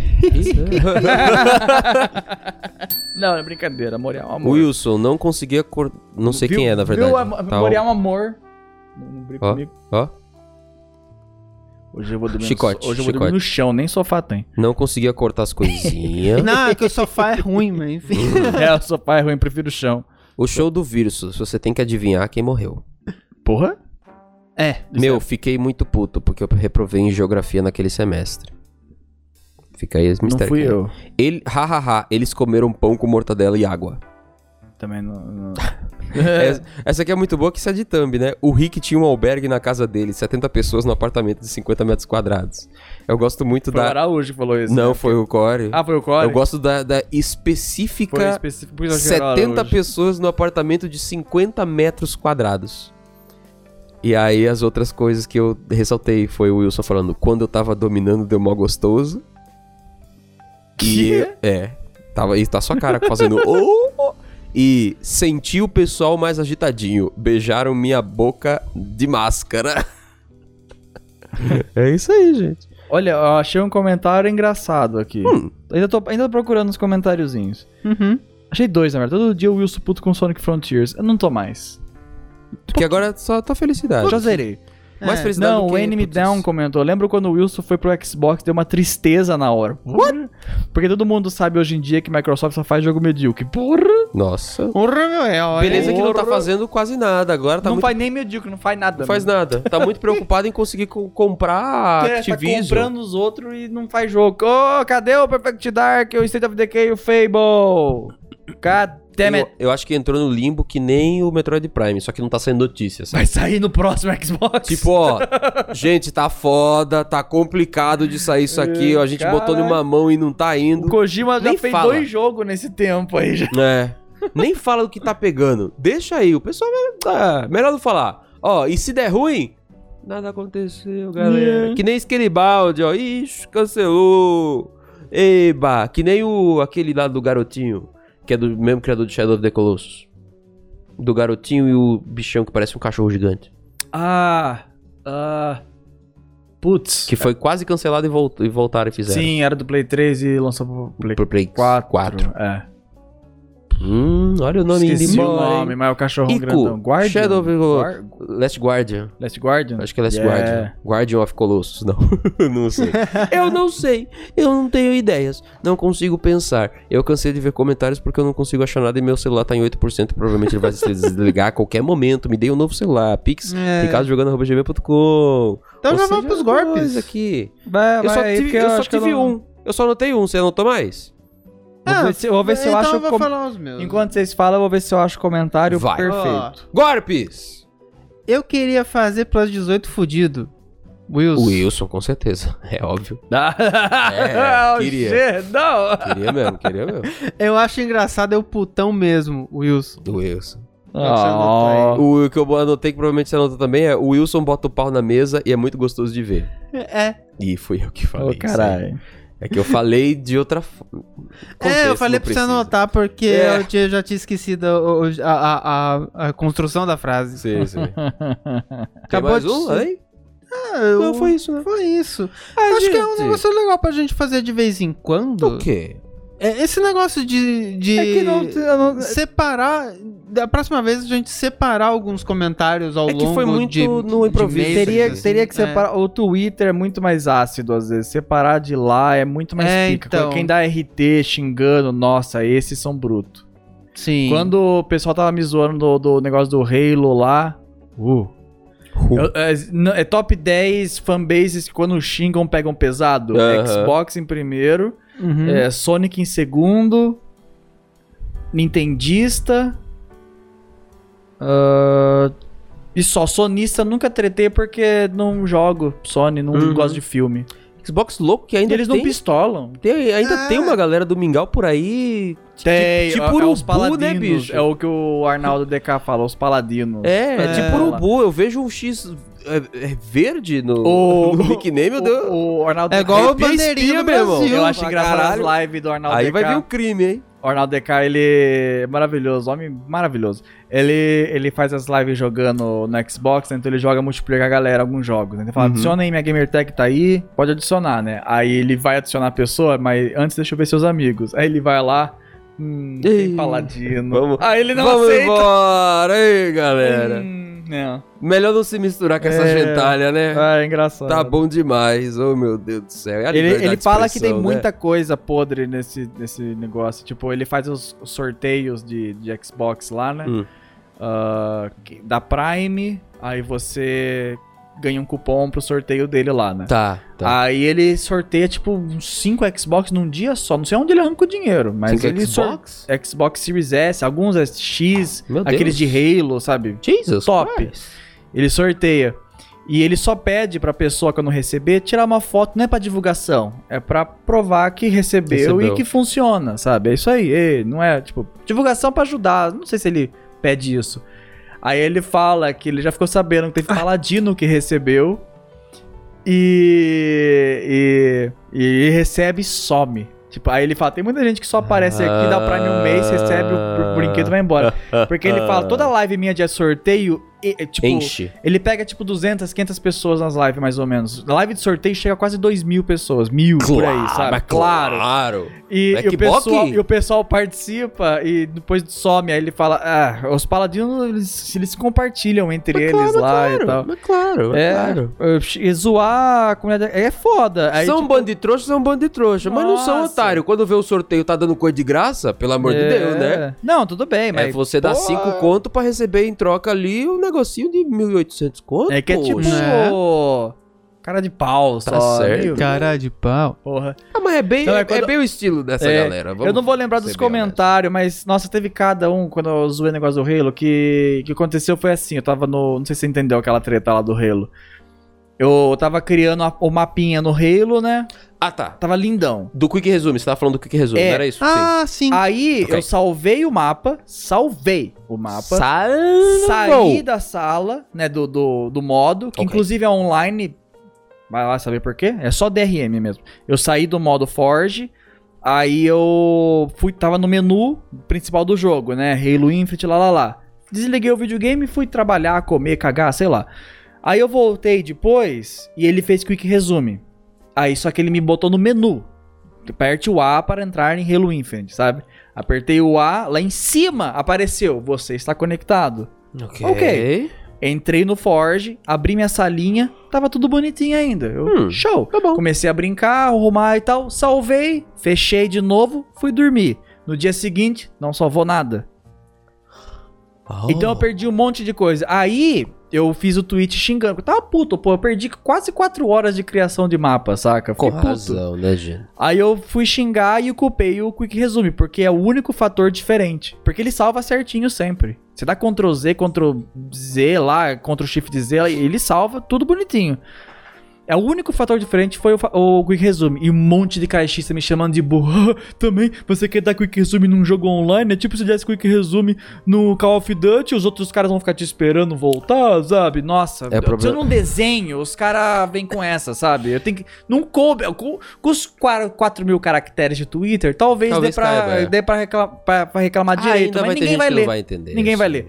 é.
Não, é brincadeira, amor é um amor.
Wilson, não conseguia cor... Não sei
Viu-
quem é, na verdade.
Viu, am-
Tá,
amor é um amor. Não, não brinca
Ó,
comigo.
ó.
Hoje eu vou dormir,
Chicote,
no, so- hoje eu vou dormir
chicote.
no chão, nem sofá tem.
Não conseguia cortar as coisinhas.
Não, é que o sofá é ruim, mas enfim.
é, o sofá é ruim, prefiro o chão.
o show do vírus, você tem que adivinhar quem morreu.
Porra?
É.
Meu, fiquei muito puto porque eu reprovei em geografia naquele semestre. Fica aí esse
Não
mistério.
fui
quem é.
eu.
Ele, ha, ha, ha, eles comeram pão com mortadela e água.
Também não. não-
Essa, essa aqui é muito boa que isso é de thumb, né? O Rick tinha um albergue na casa dele, 70 pessoas no apartamento de 50 metros quadrados. Eu gosto muito
Foi o
da...
Araújo que falou isso.
Não,
né?
foi o Core.
Ah, foi o Core?
Eu gosto da, da
Foi
específica
específico, por isso eu achei que era o
70
Araújo.
pessoas no apartamento de 50 metros quadrados. E aí as outras coisas que eu ressaltei foi o Wilson falando, quando eu tava dominando deu mó gostoso. E é, tava e tá sua cara fazendo "Oh, oh". e senti o pessoal mais agitadinho, beijaram minha boca de máscara. é isso aí, gente.
Olha, eu achei um comentário engraçado aqui.
Hum.
Ainda, tô, ainda tô procurando os comentáriozinhos.
Uhum.
Achei dois, na verdade. Todo dia o Wilson puto com Sonic Frontiers. Eu não tô mais.
Porque agora só tá felicidade.
Já zerei.
Mais
É.
felicidade
Não,
do
o
que-
Enemy
putz.
Down comentou. Lembro quando o Wilson foi pro Xbox, deu uma tristeza na hora. What? Porque todo mundo sabe hoje em dia que Microsoft só faz jogo medíocre. Porra!
Nossa.
Porra, meu, é olha.
Beleza que não tá
Horror.
fazendo quase nada. Agora tá
não
muito.
faz nem medíocre, não faz nada. né?
Não faz nada. Tá muito preocupado em conseguir co- comprar a
É, tá
Activision.
comprando os outros e não faz jogo. Ô, cadê o Perfect Dark, o State of Decay e o Fable? Cadê?
eu, eu acho que entrou no limbo que nem o Metroid Prime, só que não tá saindo notícia, sabe?
Vai sair no próximo Xbox?
Tipo, ó, gente, tá foda, tá complicado de sair isso aqui, ó, a gente botou
Caralho.
numa mão e não tá indo.
o Kojima já
nem
fez
fala.
dois jogos nesse tempo aí já.
É. Nem fala do que tá pegando. Deixa aí, o pessoal é, é, melhor não falar. Ó, e se der ruim, nada aconteceu, galera.
É.
Que nem Skinibaldi, ó. Ixi, cancelou. Eba, que nem o aquele lá do garotinho. que é do mesmo criador de Shadow of the Colossus. Do garotinho e o bichão que parece um cachorro gigante.
Ah. Ah. Putz.
Que foi quase cancelado e, volt e voltaram e fizeram.
Sim, era do Play 3 e lançou pro Play
Pro Play
4.
4.
É.
Hum, olha o nome
Esqueci
de
o nome, mas é o cachorro
Ico,
grandão. Guardian.
Shadow of-
Guar-
Last Guardian.
Last Guardian?
Acho que é Last
Yeah.
Guardian. Guardian of Colossus, não. não sei. eu não sei. Eu não tenho ideias. Não consigo pensar. Eu cansei de ver comentários porque eu não consigo achar nada e meu celular tá em 8%. Provavelmente ele vai se desligar a qualquer momento. Me dei um novo celular. Pix,
É.
ricardojogando.gmail.com
Então
Ou
já vamos
seja, é
pros
coisa
golpes.
Aqui.
Vai,
eu só
vai aí,
tive,
É, porque
eu só
acho que
tive
não-
um. Eu só anotei um. Você anotou mais?
Vou ver se, vou ver se Ah, eu
então
acho.
eu vou
com-
falar os meus.
Enquanto vocês falam, eu vou ver se eu acho o comentário
Vai.
perfeito.
Golpes!
Eu queria fazer Plus 18 fudido. Wilson.
O Wilson, com certeza. É óbvio.
Ah,
É, queria.
shit, não.
Queria mesmo, queria mesmo.
Eu acho engraçado é o putão mesmo, Wilson.
Do Wilson.
Ah,
O que eu anotei que provavelmente você anotou também é o Wilson bota o pau na mesa e é muito gostoso de ver.
É,
E fui eu que falei
Ô,
isso aí.
caralho.
É que eu falei de outra forma.
é eu falei pra você anotar porque
É.
eu, tinha- já tinha esquecido o- o- a, a- a- a construção da frase.
Sim, sim. Tem
Acabou
mais
de-
um, hein?
Ah, eu-
Não, foi isso, né? Ah,
Foi isso. Acho que é um negócio legal pra gente fazer de vez em quando.
O quê?
É, esse negócio de. de
É que não. eu não-
Separar. Da próxima vez a gente separar alguns comentários ao
É
longo
que foi muito
de,
no improviso.
meses,
Teria,
assim.
teria que
É.
separar. O Twitter é muito mais ácido, às vezes. Separar de lá é muito mais
É,
pica.
então.
Quem dá RT xingando, nossa, esses são brutos.
Sim.
Quando o pessoal tava me zoando do, do negócio do Halo lá. Uh. Eu- é, n- é top 10 fanbases que quando xingam pegam pesado.
Aham.
Xbox em primeiro,
Uhum.
é, Sonic em segundo, Nintendista. ah, e só, sonista nunca tretei porque não jogo Sony, não
Uhum.
gosto de filme.
Xbox louco que ainda
Eles não
tem...
pistolam.
tem- ainda
Ah.
tem uma galera do Mingau por aí...
Tem,
tipo
é- é os
urubu,
paladinos,
né, bicho?
É o que o Arnaldo DK fala, os paladinos.
É, é,
É.
tipo urubu. Eu vejo um X é, é verde no, no nickname, eu dou-
o, o Arnaldo
É
DK
igual o
Arrepia a espinha,
bandeirinha do
meu irmão.
Brasil.
Eu acho
Ah,
engraçado as
caralho.
lives do Arnaldo
Aí
DK.
vai vir o crime, hein?
O Arnaldo DK, ele é maravilhoso, homem maravilhoso. Ele, ele faz as lives jogando no Xbox, né? então ele joga multiplayer com a galera alguns jogos. Né? Ele fala,
Uhum.
adiciona aí, minha Gamertag tá aí, pode adicionar, né? Aí ele vai adicionar a pessoa, mas antes deixa eu ver seus amigos. Aí ele vai lá, hum, tem
Ih,
paladino.
vamos-
aí ele não
Vamos
aceita.
embora, hein, galera?
Hum, não.
Melhor não se misturar com essa
É.
gentalha, né?
Ah, é engraçado.
Tá bom demais, oh meu Deus do céu. É a
Ele,
liberdade
ele
de
fala que tem
expressão, né?
muita coisa podre nesse, nesse negócio. Tipo, ele faz os, os sorteios de, de Xbox lá, né?
Hum.
Ah, que- da Prime. Aí você ganha um cupom pro sorteio dele lá, né?
Tá, tá.
Aí ele sorteia, tipo, uns 5 Xbox num dia só. Não sei onde ele arranca o dinheiro, mas
Cinco
ele sor-
Xbox?
Xbox Series S, alguns X,
Meu Deus.
aqueles de Halo, sabe?
Jesus
Top.
Christ.
Ele sorteia. E ele só pede pra pessoa quando receber tirar uma foto, não é pra divulgação, é pra provar que recebeu,
Recebeu.
e que funciona, sabe? É isso aí, e não é tipo divulgação pra ajudar, não sei se ele pede isso. Aí ele fala que ele já ficou sabendo que teve paladino que recebeu e e, e recebe e some. Tipo, aí ele fala, tem muita gente que só aparece aqui, dá o Prime um mês, recebe o brinquedo e vai embora. Porque ele fala, toda live minha de sorteio, e- e, tipo,
Ah. Enche.
ele pega tipo 200, 500 pessoas nas lives, mais ou menos. Live de sorteio chega a quase 2 mil pessoas, mil por aí, sabe?
mas Claro.
E,
Mas
e
que
o pessoal,
boque!
e o pessoal participa e depois some. Aí ele fala: Ah, os paladinos eles, eles compartilham entre
Mas
eles
claro,
lá
claro,
e tal.
Mas claro,
É,
é claro.
eu- e zoar a comunidade. É foda. Aí,
são
tipo,
bando de trouxa, são bando de trouxa. Mas não são
Nossa.
otário. Quando vê o sorteio, tá dando coisa de graça, pelo amor de
é.
Deus, né?
Não, tudo bem, mas.
É, você dá
pô,
cinco conto pra receber em troca ali um negocinho de 1.800 conto.
É que é tipo.
poxa.
Né?
Cara de pau, só.
Tá certo.
meio-
Cara de pau.
Porra.
Ah, mas é bem,
Não, é
é,
quando-
é bem o estilo dessa
É,
galera. Vamos
eu não vou lembrar dos
ser bem honesto.
comentários, mas, nossa, teve cada um quando eu zoei o negócio do Halo. Que que aconteceu foi assim: eu tava no. Não sei se você entendeu aquela treta lá do Halo. Eu tava criando a- o mapinha no Halo, né?
Ah, tá.
Tava lindão.
Do Quick Resume, você tava falando do Quick Resume,
É.
não era isso?
Ah, sim.
Aí
Ok.
eu salvei o mapa, salvei o mapa. saí
Saí
da sala, né, do, do, do modo, que
Ok.
inclusive é online, vai lá saber por quê, é só DRM mesmo. Eu saí do modo Forge, Aí eu fui, tava no menu principal do jogo, né? Halo Infinite, lá lá lá. Desliguei o videogame, fui trabalhar, comer, cagar, sei lá. Aí eu voltei depois e ele fez quick resume. Aí só que ele me botou no menu. Aperte o A para entrar em Halo Infinite, sabe? Apertei o A, lá em cima apareceu, você está conectado.
Ok.
Ok. Entrei no Forge, abri minha salinha, tava tudo bonitinho ainda. Eu,
Hum.
Show!
Tá bom.
Comecei a brincar, arrumar e tal, salvei, fechei de novo, fui dormir. No dia seguinte, não salvou nada.
Oh.
Então eu perdi um monte de coisa. Aí eu fiz o tweet xingando. Eu tava puto, pô, eu perdi quase 4 horas de criação de mapa, saca?
Com
Fiquei puto.
razão, né, gente?
Aí eu fui xingar e culpei o Quick Resume, porque é o único fator diferente. Porque ele salva certinho sempre. Você dá Ctrl Z, Ctrl Z lá, Ctrl Shift Z, ele salva tudo bonitinho. É o único fator diferente foi o, fa- o Quick Resume. E um monte de caixista me chamando de burro. Ah, Também, você quer dar Quick Resume num jogo online? É tipo se desse Quick Resume no Call of Duty, os outros caras vão ficar te esperando voltar, sabe? Nossa,
É
se eu
problema-
não desenho, os caras vêm com essa, sabe? Eu tenho que... Não coube... eu co- Com os 4 mil caracteres de Twitter, talvez,
Talvez
dê, pra,
caiba, é.
dê pra reclamar, pra, pra reclamar
Ah,
direito, mas
ter
ninguém
gente
vai
que
ler.
Não vai entender
Ninguém
isso.
vai ler.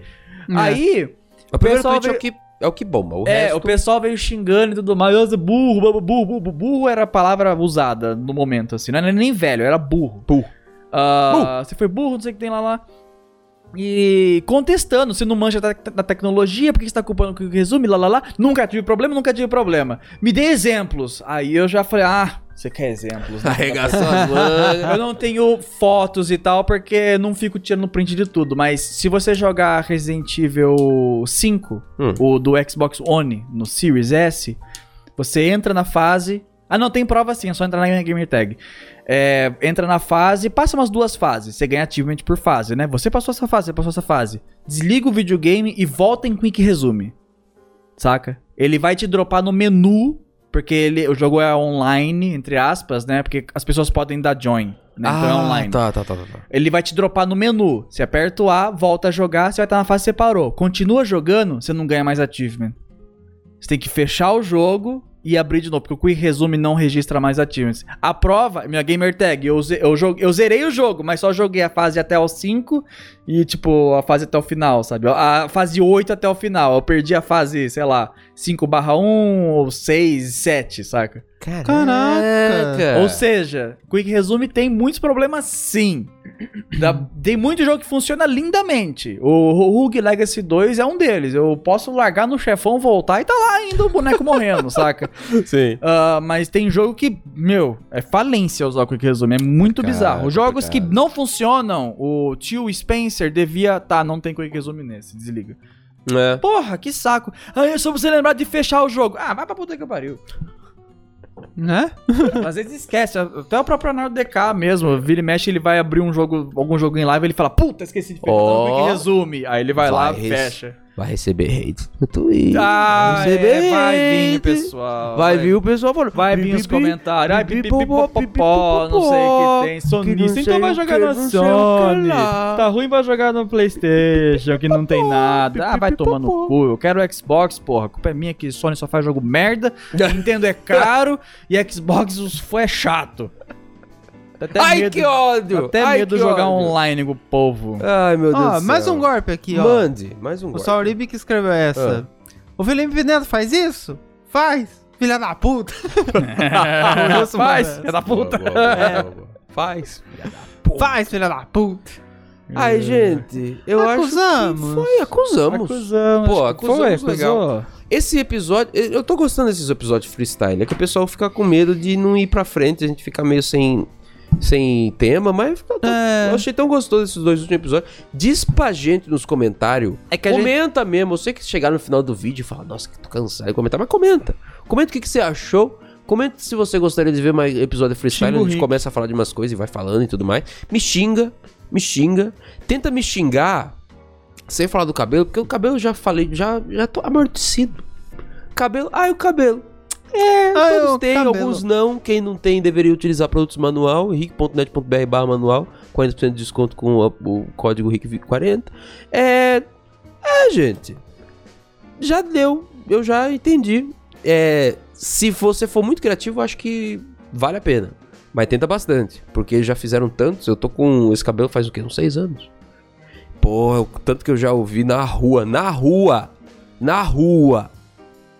né?
Aí...
O primeiro
pessoal
tweet é,
vê-
o que, é o que bomba. O
É,
resto...
o pessoal veio xingando e tudo mais. "Nossa, Burro, burro, burro, burro, burro era a palavra usada no momento, assim. Não era nem velho, era burro.
Burro.
Ah, Você foi burro, não sei o que tem lá lá. E contestando, você não manja da, da tecnologia, por que você tá culpando que resume, lá lá lá. Nunca tive problema, nunca tive problema. Me dê exemplos. Aí eu já falei, ah, você quer exemplos, né?
Arregaçou as mangas.
Eu não tenho fotos e tal, porque não fico tirando print de tudo. Mas se você jogar Resident Evil 5,
Hum.
o do Xbox One, no Series S, você entra na fase. Ah, não, tem prova sim, é só entrar na Gamer Tag. É, entra na fase, passa umas duas fases. Você ganha achievement por fase, né? Você passou essa fase, você passou essa fase. Desliga o videogame e volta em Quick Resume. Saca? Ele vai te dropar no menu, porque ele, o jogo é online, entre aspas, né? Porque as pessoas podem dar join, né? Então é online.
Tá, tá, tá, tá, tá.
Ele vai te dropar no menu. Você aperta o A, volta a jogar, você vai estar na fase que você parou. Continua jogando, você não ganha mais achievement. Você tem que fechar o jogo e abrir de novo, porque o Quick Resume não registra mais achievements. A prova, minha gamer tag, eu, ze- eu, jogue- eu zerei o jogo, mas só joguei a fase até o 5 e, tipo, a fase até o final, sabe? A fase 8 até o final. Eu perdi a fase, sei lá, 5 barra 1 ou 6, 7, saca?
Caraca.
Ou seja, Quick Resume tem muitos problemas sim. Dá- tem muito jogo que funciona lindamente. O Rogue Legacy 2 é um deles. Eu posso largar no chefão, voltar e tá lá ainda o boneco morrendo, saca?
Sim.
Ah, mas tem jogo que, meu, é falência usar o Quick Resume. É muito
Complicado,
bizarro. Jogos que
complicado.
não funcionam, o tio Spencer devia. Tá, não tem Quick Resume nesse, desliga.
É.
Porra, que saco. Ah, é só pra você lembrar de fechar o jogo. Ah, vai pra puta que pariu.
Né?
Às vezes esquece, até o próprio Leonardo DK mesmo, vira e mexe, ele vai abrir um jogo, algum jogo em live, ele fala, puta, esqueci de fechar,
Ó.
que resume. Aí ele vai,
Vai
lá,
res-
fecha.
Vai receber hate no Twitter.
Ah,
Vai receber
é, vai
hate.
vir, pessoal.
Vai vir o pessoal falando.
Vai vir os
"Pipipi,
comentários. Ai,
pipipopó,
pipipopopó, não sei o que tem. Sonista,
não
então
sei
vai
o
jogar
que,
no
não sei o que
Sony.
lá.
Tá ruim, vai jogar no Playstation, que não tem nada. Ah, vai tomar no cu. Eu quero Xbox, porra. A culpa é minha que Sony só faz jogo merda. Nintendo é caro e Xbox os- foi é chato. Dá Até
Ai,
medo,
que ódio.
Até
Ai,
medo
que
jogar
ódio.
online com o povo.
Ai, meu
Ah,
Deus
Ó,
do
mais
céu.
um golpe aqui, ó.
Mande, mais um
O
golpe.
Sauribe que escreveu essa.
Ah.
O Felipe Neto faz isso? Faz. Filha da puta. O
Faz,
Wilson Moraes.
filha da puta.
Boa, boa, boa, boa. Faz.
Faz, filha da puta.
Ai, gente, eu acho
Acusamos.
que foi, acusamos.
Acusamos.
Pô,
acho que foi,
acusamos legal. Esse episódio, eu eu tô gostando desses episódios freestyle, é que o pessoal fica com medo de não ir pra frente, a gente fica meio sem, sem tema, mas fica tão- eu achei tão gostoso esses dois últimos episódios. Diz pra gente nos comentários,
É que a gente-
comenta mesmo, eu sei que chegar no final do vídeo e falar, nossa, que tô cansado de comentar, mas comenta. Comenta o que, que você achou, comenta se você gostaria de ver mais episódio freestyle,
Xinga o
a gente
Rick.
começa a falar de umas coisas e vai falando e tudo mais. Me xinga, me xinga, tenta me xingar sem falar do cabelo, porque o cabelo eu já falei, já, já tô amortecido. Cabelo, ai o cabelo. É,
Ai,
todos
Ah, o
têm,
cabelo.
alguns não. Quem não tem deveria utilizar produtos manual, henrique.net.br barra manual, 40% de desconto com o, o código RIC40. É, é, gente, já deu, eu já entendi. É, se você for muito criativo, eu acho que vale a pena. Mas tenta bastante, porque já fizeram tantos. Eu tô com esse cabelo faz o quê? Uns seis anos. Porra, o tanto que eu já ouvi na rua, na rua, na rua,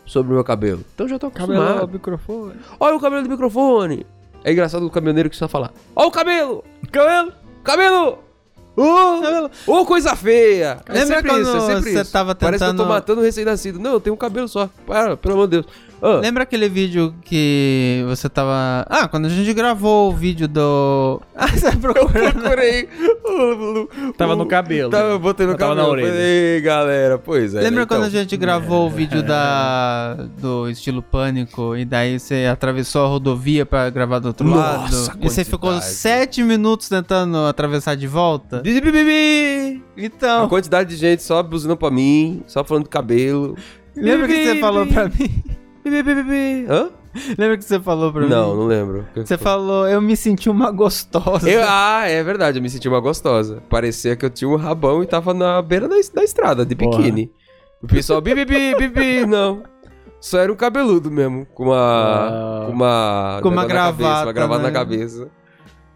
sobre o meu cabelo. Então já tô acostumado.
é
Cabelo, microfone.
Olha o cabelo do microfone. É engraçado o caminhoneiro que só falar. Olha o cabelo!
Cabelo!
Cabelo! Ô, ô, coisa feia! É
Lembra
sempre isso, é
quando
sempre
você
isso.
tava
Parece que eu tô
tentando-
matando um recém-nascido. Não, eu tenho um cabelo só. Para, pelo amor de Deus. Ah,
Lembra aquele vídeo que você tava. Ah, quando a gente gravou o vídeo do. Ah, você tá procurando.
procurei. o- o-
Tava
o-
no cabelo.
Tava, eu botei no
Eu Hum, tava
cabelo.
na orelha.
Falei, Ei, galera, pois é.
Lembra
né,
quando a
então.
gente gravou o vídeo da, do estilo pânico e daí você atravessou a rodovia pra gravar do outro
Nossa,
lado? E você
quantidade.
ficou sete minutos tentando atravessar de volta?
Bi, bi, bi, bi. A
Então,
quantidade de gente só buzinando pra mim, só falando do cabelo.
lembra que você falou pra mim?
Bi, bi, bi, bi, bi. Hã?
Lembra que você falou pra mim?
Não, não lembro.
Você falou, eu me senti uma gostosa.
Eu- ah, é verdade, eu me senti uma gostosa. Parecia que eu tinha um rabão e tava na beira da, da estrada, de
Porra.
biquíni. O pessoal, bibi, bibi, bibi, não. Só era um cabeludo mesmo, com uma. Com uma.
Ah. Com uma
negócio na cabeça,
gravata,
uma gravata
né?
na cabeça.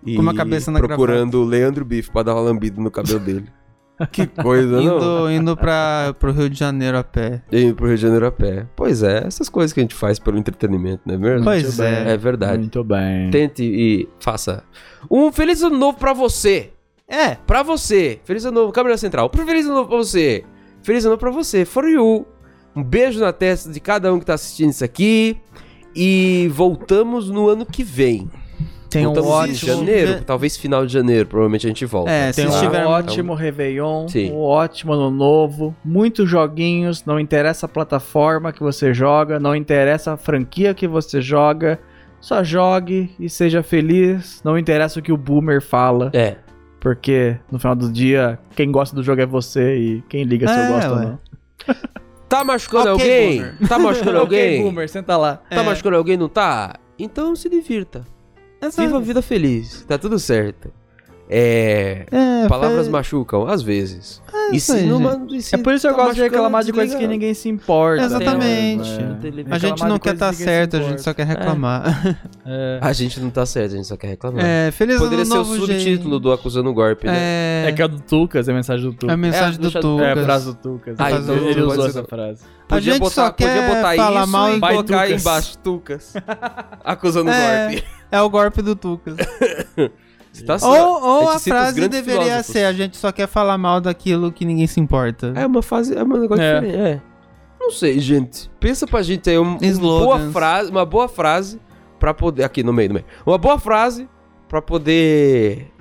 E
Com uma cabeça na
Procurando o Leandro Bife pra dar uma lambida no cabelo dele. que coisa, não?
Indo, indo pra, pro Rio de Janeiro a pé.
Indo pro Rio de Janeiro a pé. Pois é, essas coisas que a gente faz pelo entretenimento, não é mesmo?
Pois
bem.
é.
É verdade.
Muito bem.
Tente e faça. Um feliz ano novo pra você!
É,
Pra você, feliz ano novo, câmera central. Um Feliz ano novo pra você. Feliz ano novo pra você. For you. Um beijo na testa de cada um que tá assistindo isso aqui. E voltamos no ano que vem.
tem um
voltamos
ótimo...
em janeiro, talvez final de janeiro, provavelmente a gente volta.
É,
Tem
se
um
estiver
ótimo Réveillon,
Sim.
um ótimo Ano Novo, muitos joguinhos, não interessa a plataforma que você joga, não interessa a franquia que você joga, só jogue e seja feliz, não interessa o que o Boomer fala,
É.
porque no final do dia, quem gosta do jogo é você e quem liga se
É,
eu gosto ou
ué.
não.
Tá machucando
Ok,
alguém?
boomer. É.
Tá machucando
Ok,
alguém?
Boomer, senta lá.
Tá machucando alguém, não tá? Então se divirta.
é
Viva a vida feliz. Tá tudo certo. É.
É,
Palavras
foi-
machucam, às vezes. e
isso
se
aí,
não,
gente.
mano, e se
É por isso que
tá
eu gosto de
machucando,
reclamar de coisas que
desliga.
ninguém se importa.
Exatamente.
É.
A gente
Reclamar
não
de
quer
coisas que
estar
ninguém se
certo, a gente
importa.
só quer reclamar.
É.
A gente não tá certo, a gente só quer reclamar.
É, feliz
Poderia
ano
ser o
novo,
subtítulo
gente.
do Acusando o Golpe, né?
É,
É que é do Tucas, é a mensagem do Tucas.
a mensagem
é,
do
deixa- é,
Tucas.
É, a frase do Tucas.
Ah,
Ele-
então
ele
não
usou
pode
essa
ser-
frase.
A gente só quer falar mal e
e colocar
Tucas.
aí embaixo Tucas. Acusando o
É.
Golpe.
É o golpe do Tucas.
Você tá certo.
ou ou
gente
a
cita os
frase
grandes
deveria
filósofos.
ser: a gente só quer falar mal daquilo que ninguém se importa.
É uma fase, é um negócio
É.
diferente. É. Não sei, gente. Pensa pra gente aí um- uma
Slogans.
boa frase, uma boa frase pra poder aqui no meio, no meio. Uma boa frase pra poder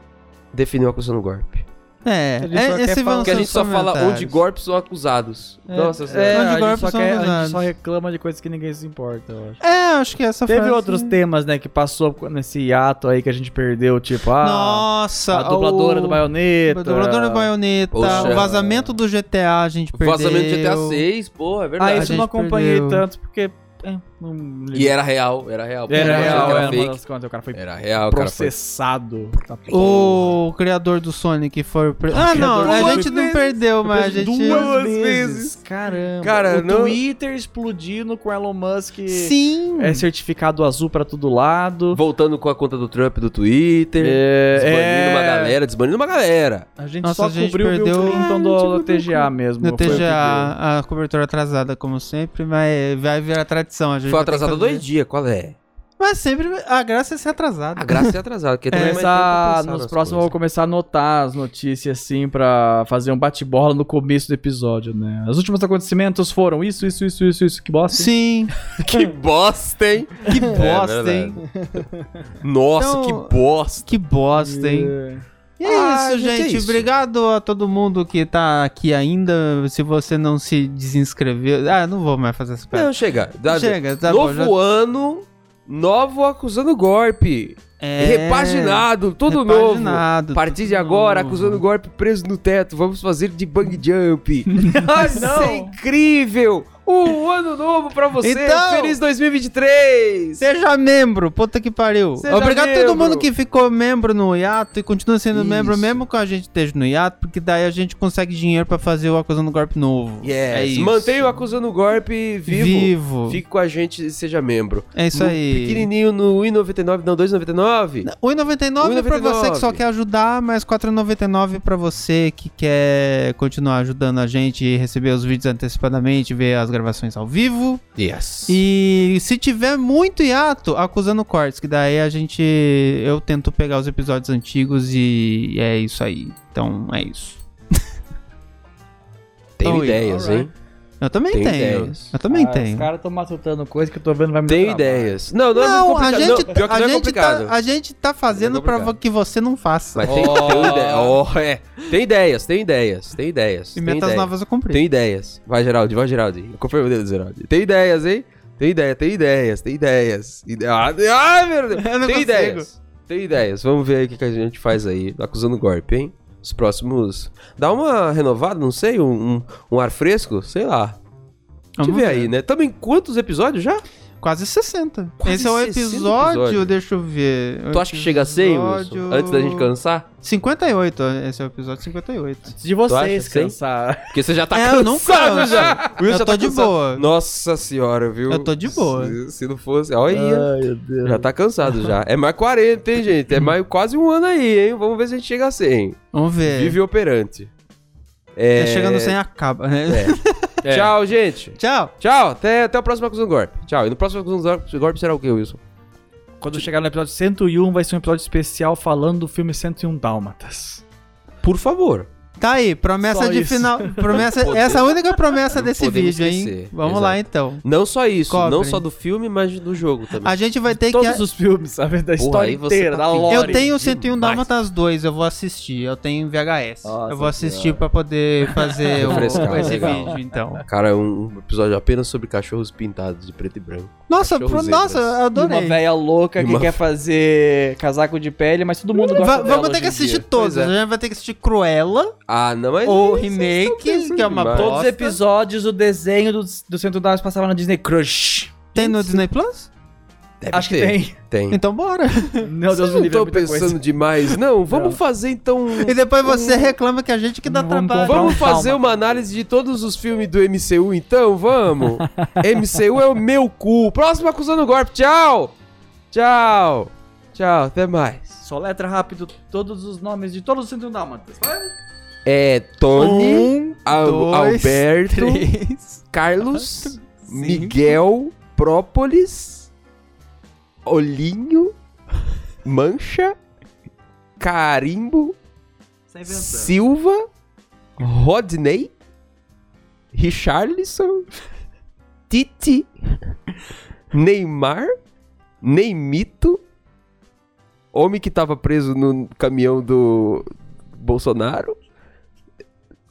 definir o acusando o golpe.
É,
A gente só
é
quer
esse
falar-
vão
Porque a
ser
gente
os
só fala
comentários.
onde golpes são acusados.
É.
Nossa,
É,
senhora.
Onde
a, gente
golpes
só
são
quer- a gente
usados.
só reclama de coisas que ninguém se importa, eu acho.
É, acho que essa
Teve
frase-
outros temas, né, que passou nesse ato aí que a gente perdeu, tipo, ah,
Nossa,
a dubladora
o-
do baioneta.
A dubladora do baioneta.
Poxa.
O vazamento do GTA a gente perdeu.
Vazamento de GTA 6, porra, é
Ah,
verdade.
isso eu não
A gente
acompanhei
perdeu.
tanto, porque. é, não-
E era real, era real.
Era
Eu achei
real,
que
era
era
uma
fake.
das contas, É, o cara foi
Era real, cara. Foi...
processado. Tá
O criador do Sonic foi. pre- Ah,
O
não,
criador
a
do
gente
Sonic.
não perdeu, mas a
Depois de
gente.
duas
Duas
vezes.
vezes.
Caramba.
Cara,
o
não-
Twitter explodindo com Elon Musk.
Sim!
É certificado azul pra todo lado.
Voltando com a conta do Trump do Twitter.
É,
desbanindo
é,
uma galera, desbanindo uma galera.
A gente
Nossa,
só
a gente
cobriu
perdeu-
o Bill Clinton
É, a gente
do, do
cobriu o
TGA mesmo.
No
foi o que deu.
TGA, a cobertura atrasada, como sempre, mas vai virar tradição. A gente tá
Foi
vai ter que
atrasada
fazer.
dois dias, qual é?
Mas sempre a graça é ser atrasado.
A graça é atrasada, porque também mais tempo pra
Começar,
pensar
nos
nas
próximos eu vou
coisas.
começar a anotar as notícias, assim, pra fazer um bate-bola no começo do episódio, né? Os últimos acontecimentos foram isso, isso, isso, isso, isso, que bosta. hein?
Sim,
Que bosta, hein?
que
É
bosta,
verdade.
hein?
Nossa,
Então-
que bosta.
Que bosta, hein?
É.
E é
Ah,
isso,
gente, é
gente.
isso.
Obrigado a todo mundo que tá aqui ainda. Se você não se desinscreveu. Ah, não vou mais fazer essa piada.
Não, chega. Dá-
Chega, tá bom.
novo
já-
ano, novo acusando golpe.
É,
Repaginado, tudo novo.
repaginado,
A partir
tudo
de agora,
novo.
acusando golpe preso no teto, vamos fazer de bang jump. Vai
não.
ser incrível! Um ano novo pra você!
Então-
Feliz 2023!
Seja membro, puta que pariu.
Seja
Obrigado a todo
membro.
mundo que ficou membro no hiato e continua sendo
Isso.
membro mesmo que a gente esteja no hiato, porque daí a gente consegue dinheiro pra fazer o Acusando Golpe novo. É
Yes.
isso.
Mantenha o Acusando Golpe vivo.
Vivo.
Fique com a gente e seja membro.
É isso
No
aí.
Pequenininho no R$1,99, não, R$2,99.
1,99 é pra
1,99.
você que só quer ajudar, mas 4,99 pra você que quer continuar ajudando a gente e receber os vídeos antecipadamente, ver as gravações ao vivo.
Yes.
E se tiver muito hiato, acusando cortes, que daí a gente. Eu tento pegar os episódios antigos e é isso aí. Então é isso.
Tenho
Oi,
ideias,
alright.
hein?
Eu também
Tem
tenho.
ideias.
Eu também
Ah, Os
tenho.
caras estão matutando coisa que eu tô vendo vai me dar
Tenho
trabalho.
ideias. Não, não, é
tá Não, a
complicado.
gente,
não, pior que
a,
não é
gente
complicado.
tá, a gente tá fazendo
Não é
pra
complicado.
que você não faça.
Mas tem,
Oh.
tem ideias. Oh, é. Tem ideias, tem ideias, tem ideias.
e
tem
metas
ideias.
novas eu comprei.
Tem ideias. Vai, Geraldo, vai, Geraldo. Acompanha o dedo, Geraldo. Tem ideias, hein? Tem ideia, tem ideias, tem ideias. Ide- Ah, Ai, meu Deus.
Eu não
tem
consigo.
ideias. Tem ideias. Vamos ver aí o que que a gente faz aí. Tá Acusando o golpe, hein? Os próximos. Dá uma renovada, não sei, um, um- um ar fresco, sei lá. Deixa eu
Vamos
ver
ver.
aí, né? Também quantos episódios já?
Quase 60.
Quase
Esse é o
60
episódio,
episódio.
deixa eu ver.
Tu acha que chega a 100, Wilson? Antes da gente cansar?
58, esse é o episódio 58.
Se
acha
vocês
que
cansar.
Porque você já tá
É, eu
cansado
não canso.
já. O
Eu
Wilson
tô
tá
de
cansado.
boa.
Nossa senhora, viu?
Eu tô de boa. Ah.
Se, se não fosse... Olha.
meu Deus.
Já tá cansado já. É mais 40, hein, gente? É mais quase um ano aí, hein? Vamos ver se a gente chega a 100.
Vamos ver.
Vive operante.
É, chegando sem acaba. né?
É.
Tchau, gente.
Tchau.
Tchau. Até, até o próximo Acusando Gorp. Tchau. E no próximo Acusando Gorp será o quê, Wilson?
Quando chegar no episódio 101, vai ser um episódio especial falando do filme 101 Dálmatas.
Por favor.
Tá aí, promessa
Só
de
isso.
final. Promessa,
Não
essa é a única promessa
não
desse
podemos
vídeo, hein?
esquecer.
Vamos lá então.
Não só isso.
Cobre.
Não só do filme, mas do jogo também.
A gente vai ter que. é.
Todos os filmes, sabe? Da história
aí você
inteira,
tá
da
pedindo.
lore.
Eu tenho 101
demais.
Dálmatas 2, eu vou assistir. Eu tenho VHS.
Nossa
eu vou assistir pra poder fazer o,
Refrescar,
esse
legal.
vídeo, então.
Cara, é um episódio apenas sobre cachorros pintados de preto e branco.
Nossa,
Cachorros
pro-
zebras.
nossa, eu
E uma
adorei.
velha louca
E
que
uma-
quer fazer casaco de pele, mas todo mundo gosta
Va-
dela
vamos ter
hoje
que
em
assistir
dia.
todos.
Pois é.
A gente vai ter que assistir Cruella
Ah, não, mas...
ou
vocês estão
Remake,
pensando
que é uma
demais.
Todos os
bosta.
episódios, o desenho do, do Centro Dallas passava na Disney Crush.
Tem no Disney Plus?
Deve
Acho que
ter.
tem.
Tem.
Então bora.
Meu
Vocês
Deus do
não
livro, é
estão
muita
pensando
coisa.
demais, não? Vamos fazer então. um-
E depois você reclama que a gente que dá
Vamos
trabalho.
comprar
Vamos
tá Calma.
fazer uma análise de todos os filmes do MCU, então? Vamos! MCU é o meu cu. Próximo acusando golpe. Tchau! Tchau! Tchau, até mais.
Só letra rápido todos os nomes de todos os 101 Dálmatas. Vai.
É Tony,
Um,
Al-
dois,
Alberto,
três.
Carlos, Miguel, Própolis, Olhinho, Mancha, Carimbo,
Tá
Silva, Rodney, Richarlison, Titi, Neymar, Neymito, homem que tava preso no caminhão do Bolsonaro,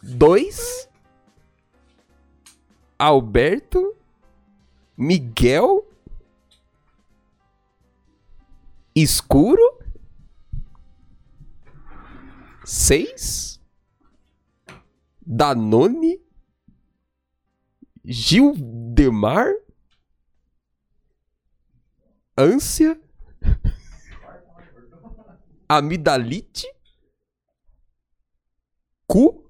dois, Alberto, Miguel, Escuro, seis, Danone, Gildemar, Ânsia, Amidalite, Cu,